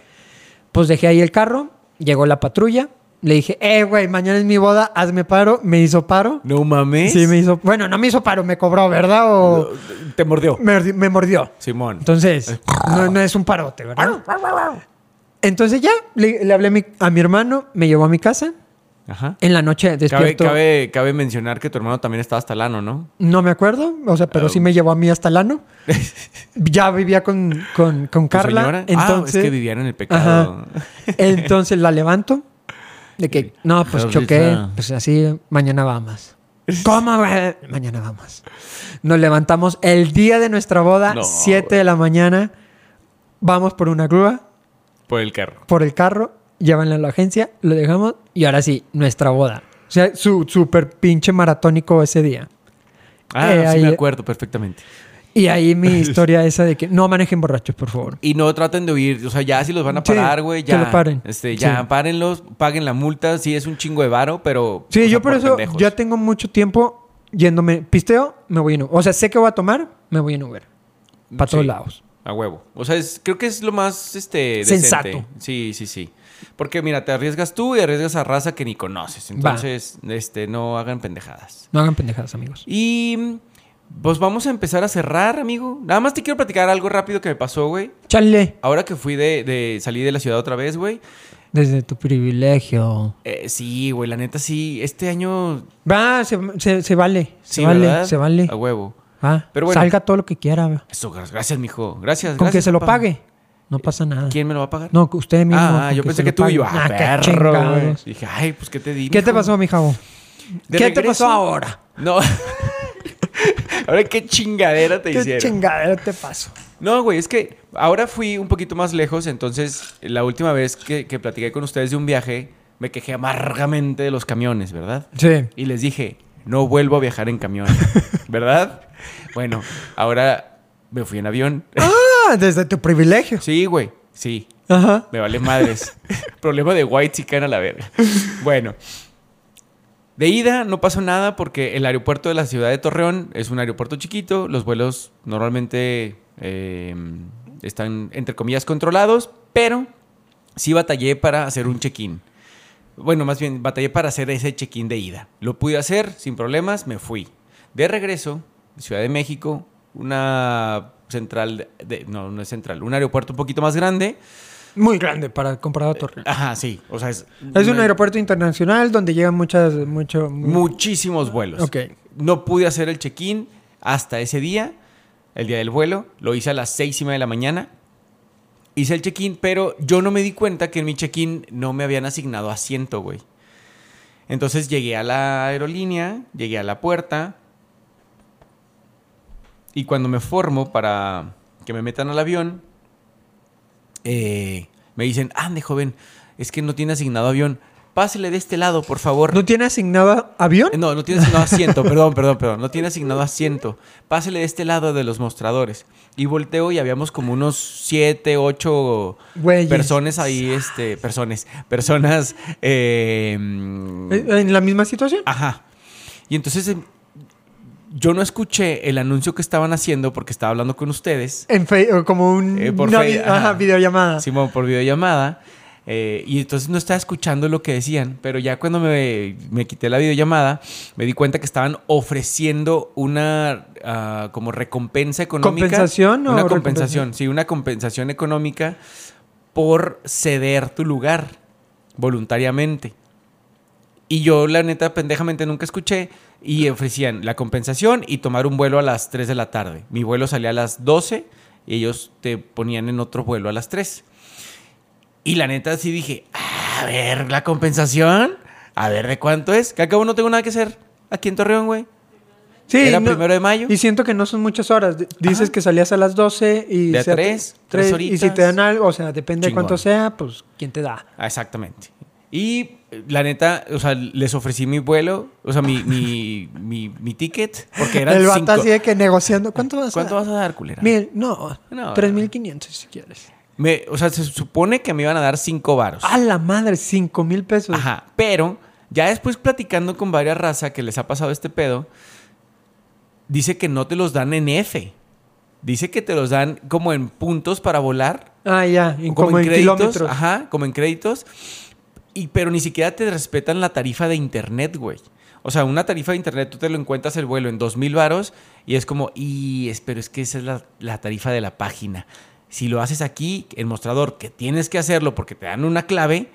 S2: Pues dejé ahí el carro, llegó la patrulla, le dije, eh, güey, mañana es mi boda, hazme paro, me hizo paro.
S1: No mames.
S2: Sí, me hizo, bueno, no me hizo paro, me cobró, ¿verdad? O
S1: Te mordió.
S2: me, ordi- me mordió.
S1: Simón. Eh.
S2: Entonces, no, no es un parote,
S1: Ah.
S2: ¿verdad? Entonces ya, le, le hablé a mi, a mi hermano, me llevó a mi casa,
S1: Ajá.
S2: En la noche
S1: Cabe,
S2: despierto.
S1: cabe, cabe mencionar que tu hermano también estaba hasta lano, ¿no?
S2: No me acuerdo, o sea,
S1: Ah.
S2: pero sí me llevó a mí hasta
S1: (laughs)
S2: Lano. ya vivía con, con, con
S1: ¿Tu
S2: Carla.
S1: señora?
S2: Entonces,
S1: ah, es que vivían en el pecado.
S2: entonces la levanto. De que, no, pues
S1: Jordi,
S2: choqué,
S1: no.
S2: pues así, mañana
S1: (laughs)
S2: va más. ¿Cómo, güey? Mañana va más. Nos levantamos el día de nuestra boda,
S1: No,
S2: 7 de la mañana. Vamos por una grúa,
S1: Por el carro.
S2: por el carro, llévanla a la agencia, lo dejamos y ahora sí, nuestra boda. O sea, su super pinche maratónico ese día.
S1: Ah,
S2: Eh,
S1: sí
S2: ahí-
S1: me acuerdo perfectamente.
S2: Y
S1: (laughs)
S2: ahí mi historia esa de que no manejen borrachos, por favor.
S1: Y no traten de huir. O sea, ya si los van a
S2: Sí,
S1: parar, güey,
S2: que
S1: ya.
S2: lo paren.
S1: Este, ya,
S2: Sí.
S1: párenlos, paguen la multa. Sí, es un chingo de varo, pero.
S2: Sí,
S1: o sea,
S2: yo por, eso
S1: pendejos.
S2: ya tengo mucho tiempo yéndome. Pisteo, me voy en Uber. O sea, sé que voy a tomar, me voy en Uber. Para todos
S1: Sí,
S2: lados.
S1: A huevo. O sea, es- creo que es lo más este, decente.
S2: Sensato.
S1: Sí, sí, sí. Porque mira, te arriesgas tú y arriesgas a raza que ni conoces. Entonces, este, no hagan pendejadas.
S2: No hagan pendejadas, amigos.
S1: Y pues vamos a empezar a cerrar, amigo. Nada más te quiero platicar algo rápido que me pasó, güey.
S2: Chale,
S1: Ahora que fui de, de salí de la ciudad otra vez, güey.
S2: desde tu privilegio.
S1: Eh, sí, güey, la neta sí. Este año
S2: Va, se, se- se vale. Se
S1: sí,
S2: vale,
S1: ¿verdad?
S2: se vale.
S1: A huevo.
S2: Va,
S1: Pero bueno.
S2: salga todo lo que quiera. va.
S1: Eso, gra- gracias, mijo. Gracias.
S2: Con que
S1: gracias,
S2: se lo
S1: papá.
S2: pague, no pasa nada.
S1: ¿Quién me lo va a pagar?
S2: No, que usted mismo.
S1: Ah,
S2: con
S1: yo pensé
S2: se
S1: que
S2: lo
S1: tú y
S2: pague.
S1: yo, ah,
S2: qué
S1: perro, güey.
S2: chingados.
S1: Dije, ay, pues, ¿qué te di,
S2: ¿Qué te
S1: mijo?
S2: pasó, mi javo?
S1: De
S2: ¿Qué te
S1: regreso.
S2: pasó ahora?
S1: (laughs) No. Ahora, ¿qué chingadera te
S2: ¿Qué
S1: hicieron?
S2: chingadera te pasó?
S1: No, güey, es que ahora fui un poquito más lejos, entonces la última vez que, que platiqué con ustedes de un viaje, me quejé amargamente de los camiones, ¿verdad?
S2: Sí.
S1: Y les dije, no vuelvo a viajar en camión, ¿verdad? Bueno, ahora me fui en avión.
S2: Ah, desde tu privilegio.
S1: Sí, güey, sí,
S2: Ajá.
S1: me vale madres. Problema de white chican a la verga. Bueno. De ida no pasó nada porque el aeropuerto de la ciudad de Torreón es un aeropuerto chiquito. Los vuelos normalmente eh, están, entre comillas, controlados, pero sí batallé para hacer un check-in. Bueno, más bien, batallé para hacer ese check-in de ida. Lo pude hacer sin problemas, me fui. De regreso, Ciudad de México, una central, de- no, no es central, un aeropuerto un poquito más grande.
S2: Muy grande para comparado a Torreón.
S1: Ajá, sí. O sea, es,
S2: Es un aeropuerto internacional donde llegan muchas, mucho...
S1: Muchísimos vuelos.
S2: Ok.
S1: No pude hacer el check-in hasta ese día, el día del vuelo. Lo hice a las seis y media de la mañana. Hice el check-in, pero yo no me di cuenta que en mi check-in no me habían asignado asiento, güey. Entonces llegué a la aerolínea, llegué a la puerta. Y cuando me formo para que me metan al avión, eh, me dicen, ande joven, es que no tiene asignado avión. Pásele de este lado, por favor.
S2: ¿No tiene asignado avión?
S1: Eh, No, no tiene asignado asiento, perdón, perdón, perdón. No tiene asignado asiento. Pásele de este lado de los mostradores. Y volteo y habíamos como unos siete, ocho
S2: Güeyes.
S1: personas ahí, este, personas, personas, eh, mm,
S2: Eh, ¿En la misma situación?
S1: ajá. Y entonces em, yo no escuché el anuncio que estaban haciendo porque estaba hablando con ustedes.
S2: En fe- o como un,
S1: Eh, por
S2: una
S1: fe-
S2: vi-
S1: ajá.
S2: ajá, videollamada.
S1: Simón, por videollamada. Eh, y entonces no estaba escuchando lo que decían, pero ya cuando me, me quité la videollamada, me di cuenta que estaban ofreciendo una ah, como recompensa económica.
S2: ¿Compensación o
S1: Una compensación,
S2: recompensación?
S1: sí, una compensación económica por ceder tu lugar voluntariamente. Y yo, la neta, pendejamente nunca escuché. Y ofrecían la compensación y tomar un vuelo a las 3 de la tarde. Mi vuelo salía a las 12 y ellos te ponían en otro vuelo a las 3. Y la neta, sí dije, a ver, la compensación, a ver de cuánto es. Que acabo no tengo nada que hacer aquí en Torreón, güey.
S2: Sí,
S1: Era
S2: no-
S1: primero de mayo.
S2: Y siento que no son muchas horas. D- Dices
S1: Ajá.
S2: que salías a las 12 y...
S1: De a
S2: se at-
S1: tres, tres
S2: tres, Y si
S1: horitas.
S2: te dan algo, o sea, depende de cuánto
S1: Chingón.
S2: sea, pues, ¿quién te da?
S1: Ah, Exactamente. Y eh, la neta, o sea, les ofrecí mi vuelo, o sea, mi, mi, (laughs) mi, mi ticket, porque eran
S2: El vato
S1: cinco.
S2: así de que negociando. ¿Cuánto vas a
S1: ¿Cuánto
S2: dar?
S1: vas a dar, culera?
S2: Mil, no,
S1: No,
S2: 3.500 si quieres.
S1: Me- o sea, se supone que me iban a dar cinco varos.
S2: A la madre, 5 mil pesos.
S1: Ajá. Pero ya después platicando con varias razas que les ha pasado este pedo, dice que no te los dan en F. Dice que te los dan como en puntos para volar.
S2: Ah, ya, y
S1: como, en, créditos,
S2: kilómetros.
S1: Ajá, como en créditos. Y, pero ni siquiera te respetan la tarifa de internet, güey. O sea, una tarifa de internet, tú te lo encuentras el vuelo en 2.000 varos y es como, y es- pero es que esa es la, la tarifa de la página. Si lo haces aquí, el mostrador, que tienes que hacerlo porque te dan una clave,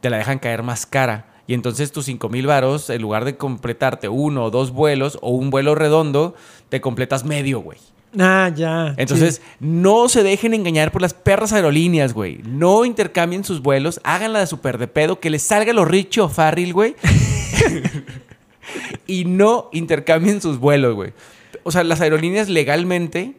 S1: te la dejan caer más cara. Y entonces tus 5 mil varos, en lugar de completarte uno o dos vuelos o un vuelo redondo, te completas medio, güey.
S2: Ah, ya.
S1: Entonces, no se dejen engañar por las perras aerolíneas, güey. No intercambien sus vuelos, háganla de super de pedo, que les salga lo Richo Farril, güey. (laughs) y no intercambien sus vuelos, güey. O sea, las aerolíneas legalmente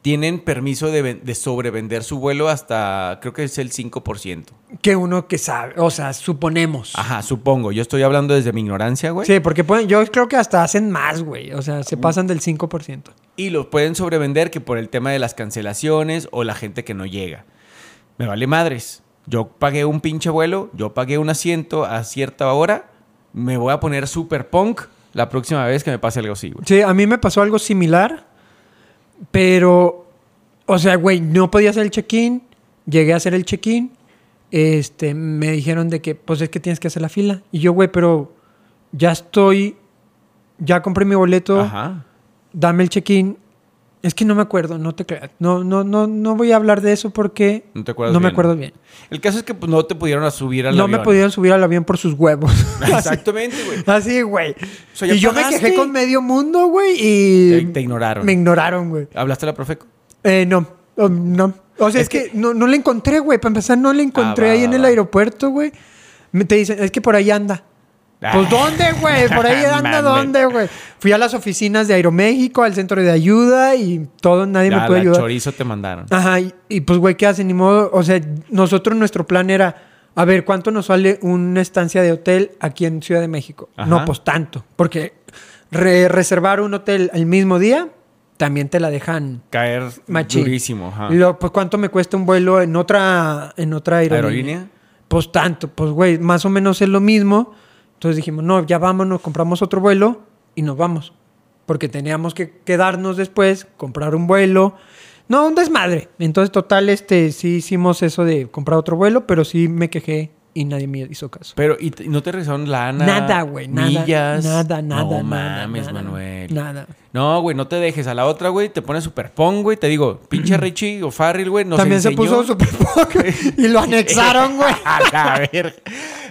S1: tienen permiso de, ven- de sobrevender su vuelo hasta, creo que es el 5%.
S2: Sí. Que uno que sabe, o sea, suponemos.
S1: Ajá, supongo. Yo estoy hablando desde mi ignorancia, güey.
S2: Sí, porque pueden- yo creo que hasta hacen más, güey. O sea, se pasan del 5%.
S1: Y los pueden sobrevender que por el tema de las cancelaciones o la gente que no llega. Me vale madres. Yo pagué un pinche vuelo, yo pagué un asiento a cierta hora. Me voy a poner super punk la próxima vez que me pase algo así, güey.
S2: Sí, a mí me pasó algo similar, pero, o sea, güey, no podía hacer el check-in, llegué a hacer el check-in, este, me dijeron de que, pues es que tienes que hacer la fila. Y yo, güey, pero ya estoy, ya compré mi boleto,
S1: Ajá.
S2: dame el check-in. Es que no me acuerdo, no te creas. No, no, no, no voy a hablar de eso porque
S1: No te acuerdas
S2: me
S1: bien.
S2: acuerdo bien.
S1: El caso es que pues, no te pudieron a subir al
S2: No
S1: avión. (laughs)
S2: me podían subir al avión por sus huevos.
S1: Exactamente, güey.
S2: Así, güey.
S1: sea, ya
S2: y yo
S1: pagaste.
S2: me quejé con medio mundo, güey, y...
S1: Te- te ignoraron.
S2: Me ignoraron, güey.
S1: ¿Hablaste a la profe?
S2: Eh, no, um, no. O sea,
S1: Es
S2: es,
S1: que-
S2: que, no, no la encontré, güey. Para empezar, no la encontré
S1: va,
S2: ahí
S1: va,
S2: en el
S1: va.
S2: aeropuerto, güey. Me- Te dicen, es que por ahí anda. Pues, ¿dónde, güey?
S1: (laughs)
S2: Por ahí anda,
S1: Ah. Mames.
S2: ¿dónde, güey? Fui a las oficinas de Aeroméxico, al centro de ayuda y todo, nadie
S1: Ya,
S2: me pudo
S1: la
S2: ayudar.
S1: chorizo te mandaron.
S2: Ajá, y, y, pues, güey, ¿qué hacen? Ni modo, o sea, nosotros, nuestro plan era, a ver, ¿cuánto nos sale una estancia de hotel aquí en Ciudad de México?
S1: Ajá.
S2: No, pues tanto, porque re- reservar un hotel el mismo día también te la dejan
S1: Caer
S2: machín.
S1: durísimo. Ajá.
S2: Lo- pues, ¿cuánto me cuesta un vuelo en otra, en otra aerolínea?
S1: ¿Aerolínea?
S2: Pues tanto, pues, güey, más o menos es lo mismo. Entonces dijimos, no, ya vámonos, compramos otro vuelo y nos vamos. Porque teníamos que quedarnos después, comprar un vuelo. No, un desmadre. Entonces, total, este, sí hicimos eso de comprar otro vuelo, pero sí me quejé y nadie me hizo caso.
S1: Pero, ¿y t- no te regresaron lana?
S2: Nada, güey, nada.
S1: Millas.
S2: Nada, nada,
S1: No
S2: nada,
S1: mames,
S2: nada,
S1: Manuel.
S2: Nada.
S1: No, güey, no te dejes. A la otra, güey, te pones super pong, güey. Te digo,
S2: (clears throat)
S1: pinche Richie o Farrell, güey, nos
S2: También
S1: enseñó-
S2: se puso super
S1: (laughs)
S2: y lo anexaron, güey.
S1: a la verga.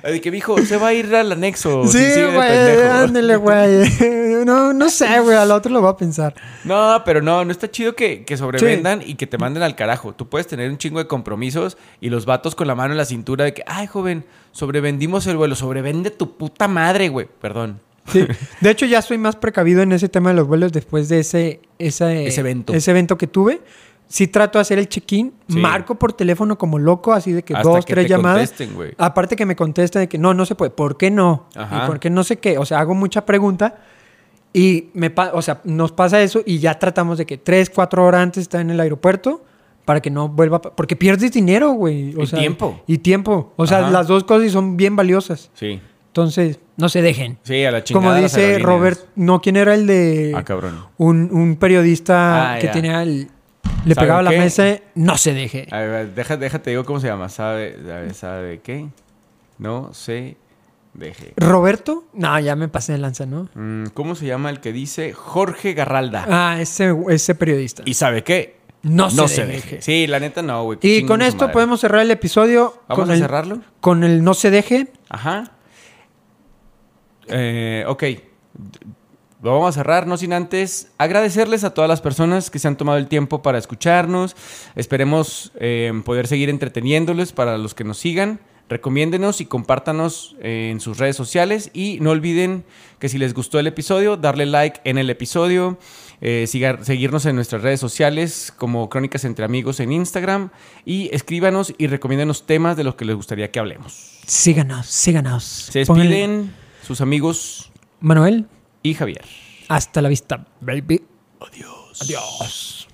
S1: De que, mijo, se va a ir al anexo. si
S2: Sí,
S1: Pues, sigue de
S2: güey,
S1: pendejo.
S2: ándele, güey. No, no sé, güey, al otro lo va a pensar.
S1: No, pero no, no está chido que, que sobrevendan y que te manden al carajo. Tú puedes tener un chingo de compromisos y los vatos con la mano en la cintura de que, ay, joven, sobrevendimos el vuelo. Sobrevende tu puta madre, güey. Perdón.
S2: Sí. De hecho, ya soy más precavido en ese tema de los vuelos después de ese, ese,
S1: Ese evento.
S2: ese evento que tuve. Sí trato de hacer el check-in,
S1: Sí.
S2: marco por teléfono como loco, así de que
S1: Hasta
S2: dos,
S1: que
S2: tres
S1: te
S2: llamadas. Ah.
S1: contesten, güey.
S2: Aparte que me contesten de que no, no se puede. ¿Por qué no?
S1: Ajá.
S2: ¿Y por qué no sé qué? O sea, hago mucha pregunta y me pa- o sea, nos pasa eso y ya tratamos de que tres, cuatro horas antes está en el aeropuerto para que no vuelva... a pa- Porque pierdes dinero, güey. O
S1: Y
S2: sea,
S1: tiempo.
S2: Y tiempo. O sea,
S1: Ajá.
S2: las dos cosas y son bien valiosas.
S1: Sí.
S2: Entonces, no se dejen.
S1: Sí, a la chingada.
S2: Como
S1: las
S2: dice
S1: aerolíneas.
S2: Robert, eh, no, ¿quién era el de.
S1: Ah, cabrón.
S2: Un, un periodista
S1: Ah,
S2: que
S1: ya.
S2: tenía el. Le
S1: ¿Sabe
S2: pegaba la
S1: qué? Ah.
S2: mesa, no se deje.
S1: A ver, deja- déjate, digo cómo se llama. ¿Sabe, sabe, sabe qué? No se deje.
S2: ¿Roberto? No, ya me pasé de lanza, ¿no?
S1: Mm, ¿Cómo se llama el que dice Jorge Garralda?
S2: Ah, ese, ese periodista.
S1: ¿Y sabe qué?
S2: No se deje.
S1: Sí, la neta no, güey.
S2: Y
S1: Chingue
S2: con
S1: su
S2: esto
S1: madre.
S2: podemos cerrar el episodio.
S1: ¿Vamos
S2: con
S1: a
S2: el-
S1: cerrarlo?
S2: Con el no se deje.
S1: Ajá. Eh, ok. Lo vamos a cerrar, no sin antes agradecerles a todas las personas que se han tomado el tiempo para escucharnos. Esperemos eh, poder seguir entreteniéndoles para los que nos sigan. Recomiéndenos y compártanos eh, en sus redes sociales. Y no olviden que si les gustó el episodio, darle like en el episodio. eh, siga- seguirnos en nuestras redes sociales como Crónicas Entre Amigos en Instagram. Y escríbanos y recomiéndenos temas de los que les gustaría que hablemos.
S2: Síganos, síganos.
S1: Se
S2: Pónganle-
S1: despiden sus amigos
S2: Manuel,
S1: y Javier.
S2: hasta la vista, baby.
S1: Adiós.
S2: Adiós.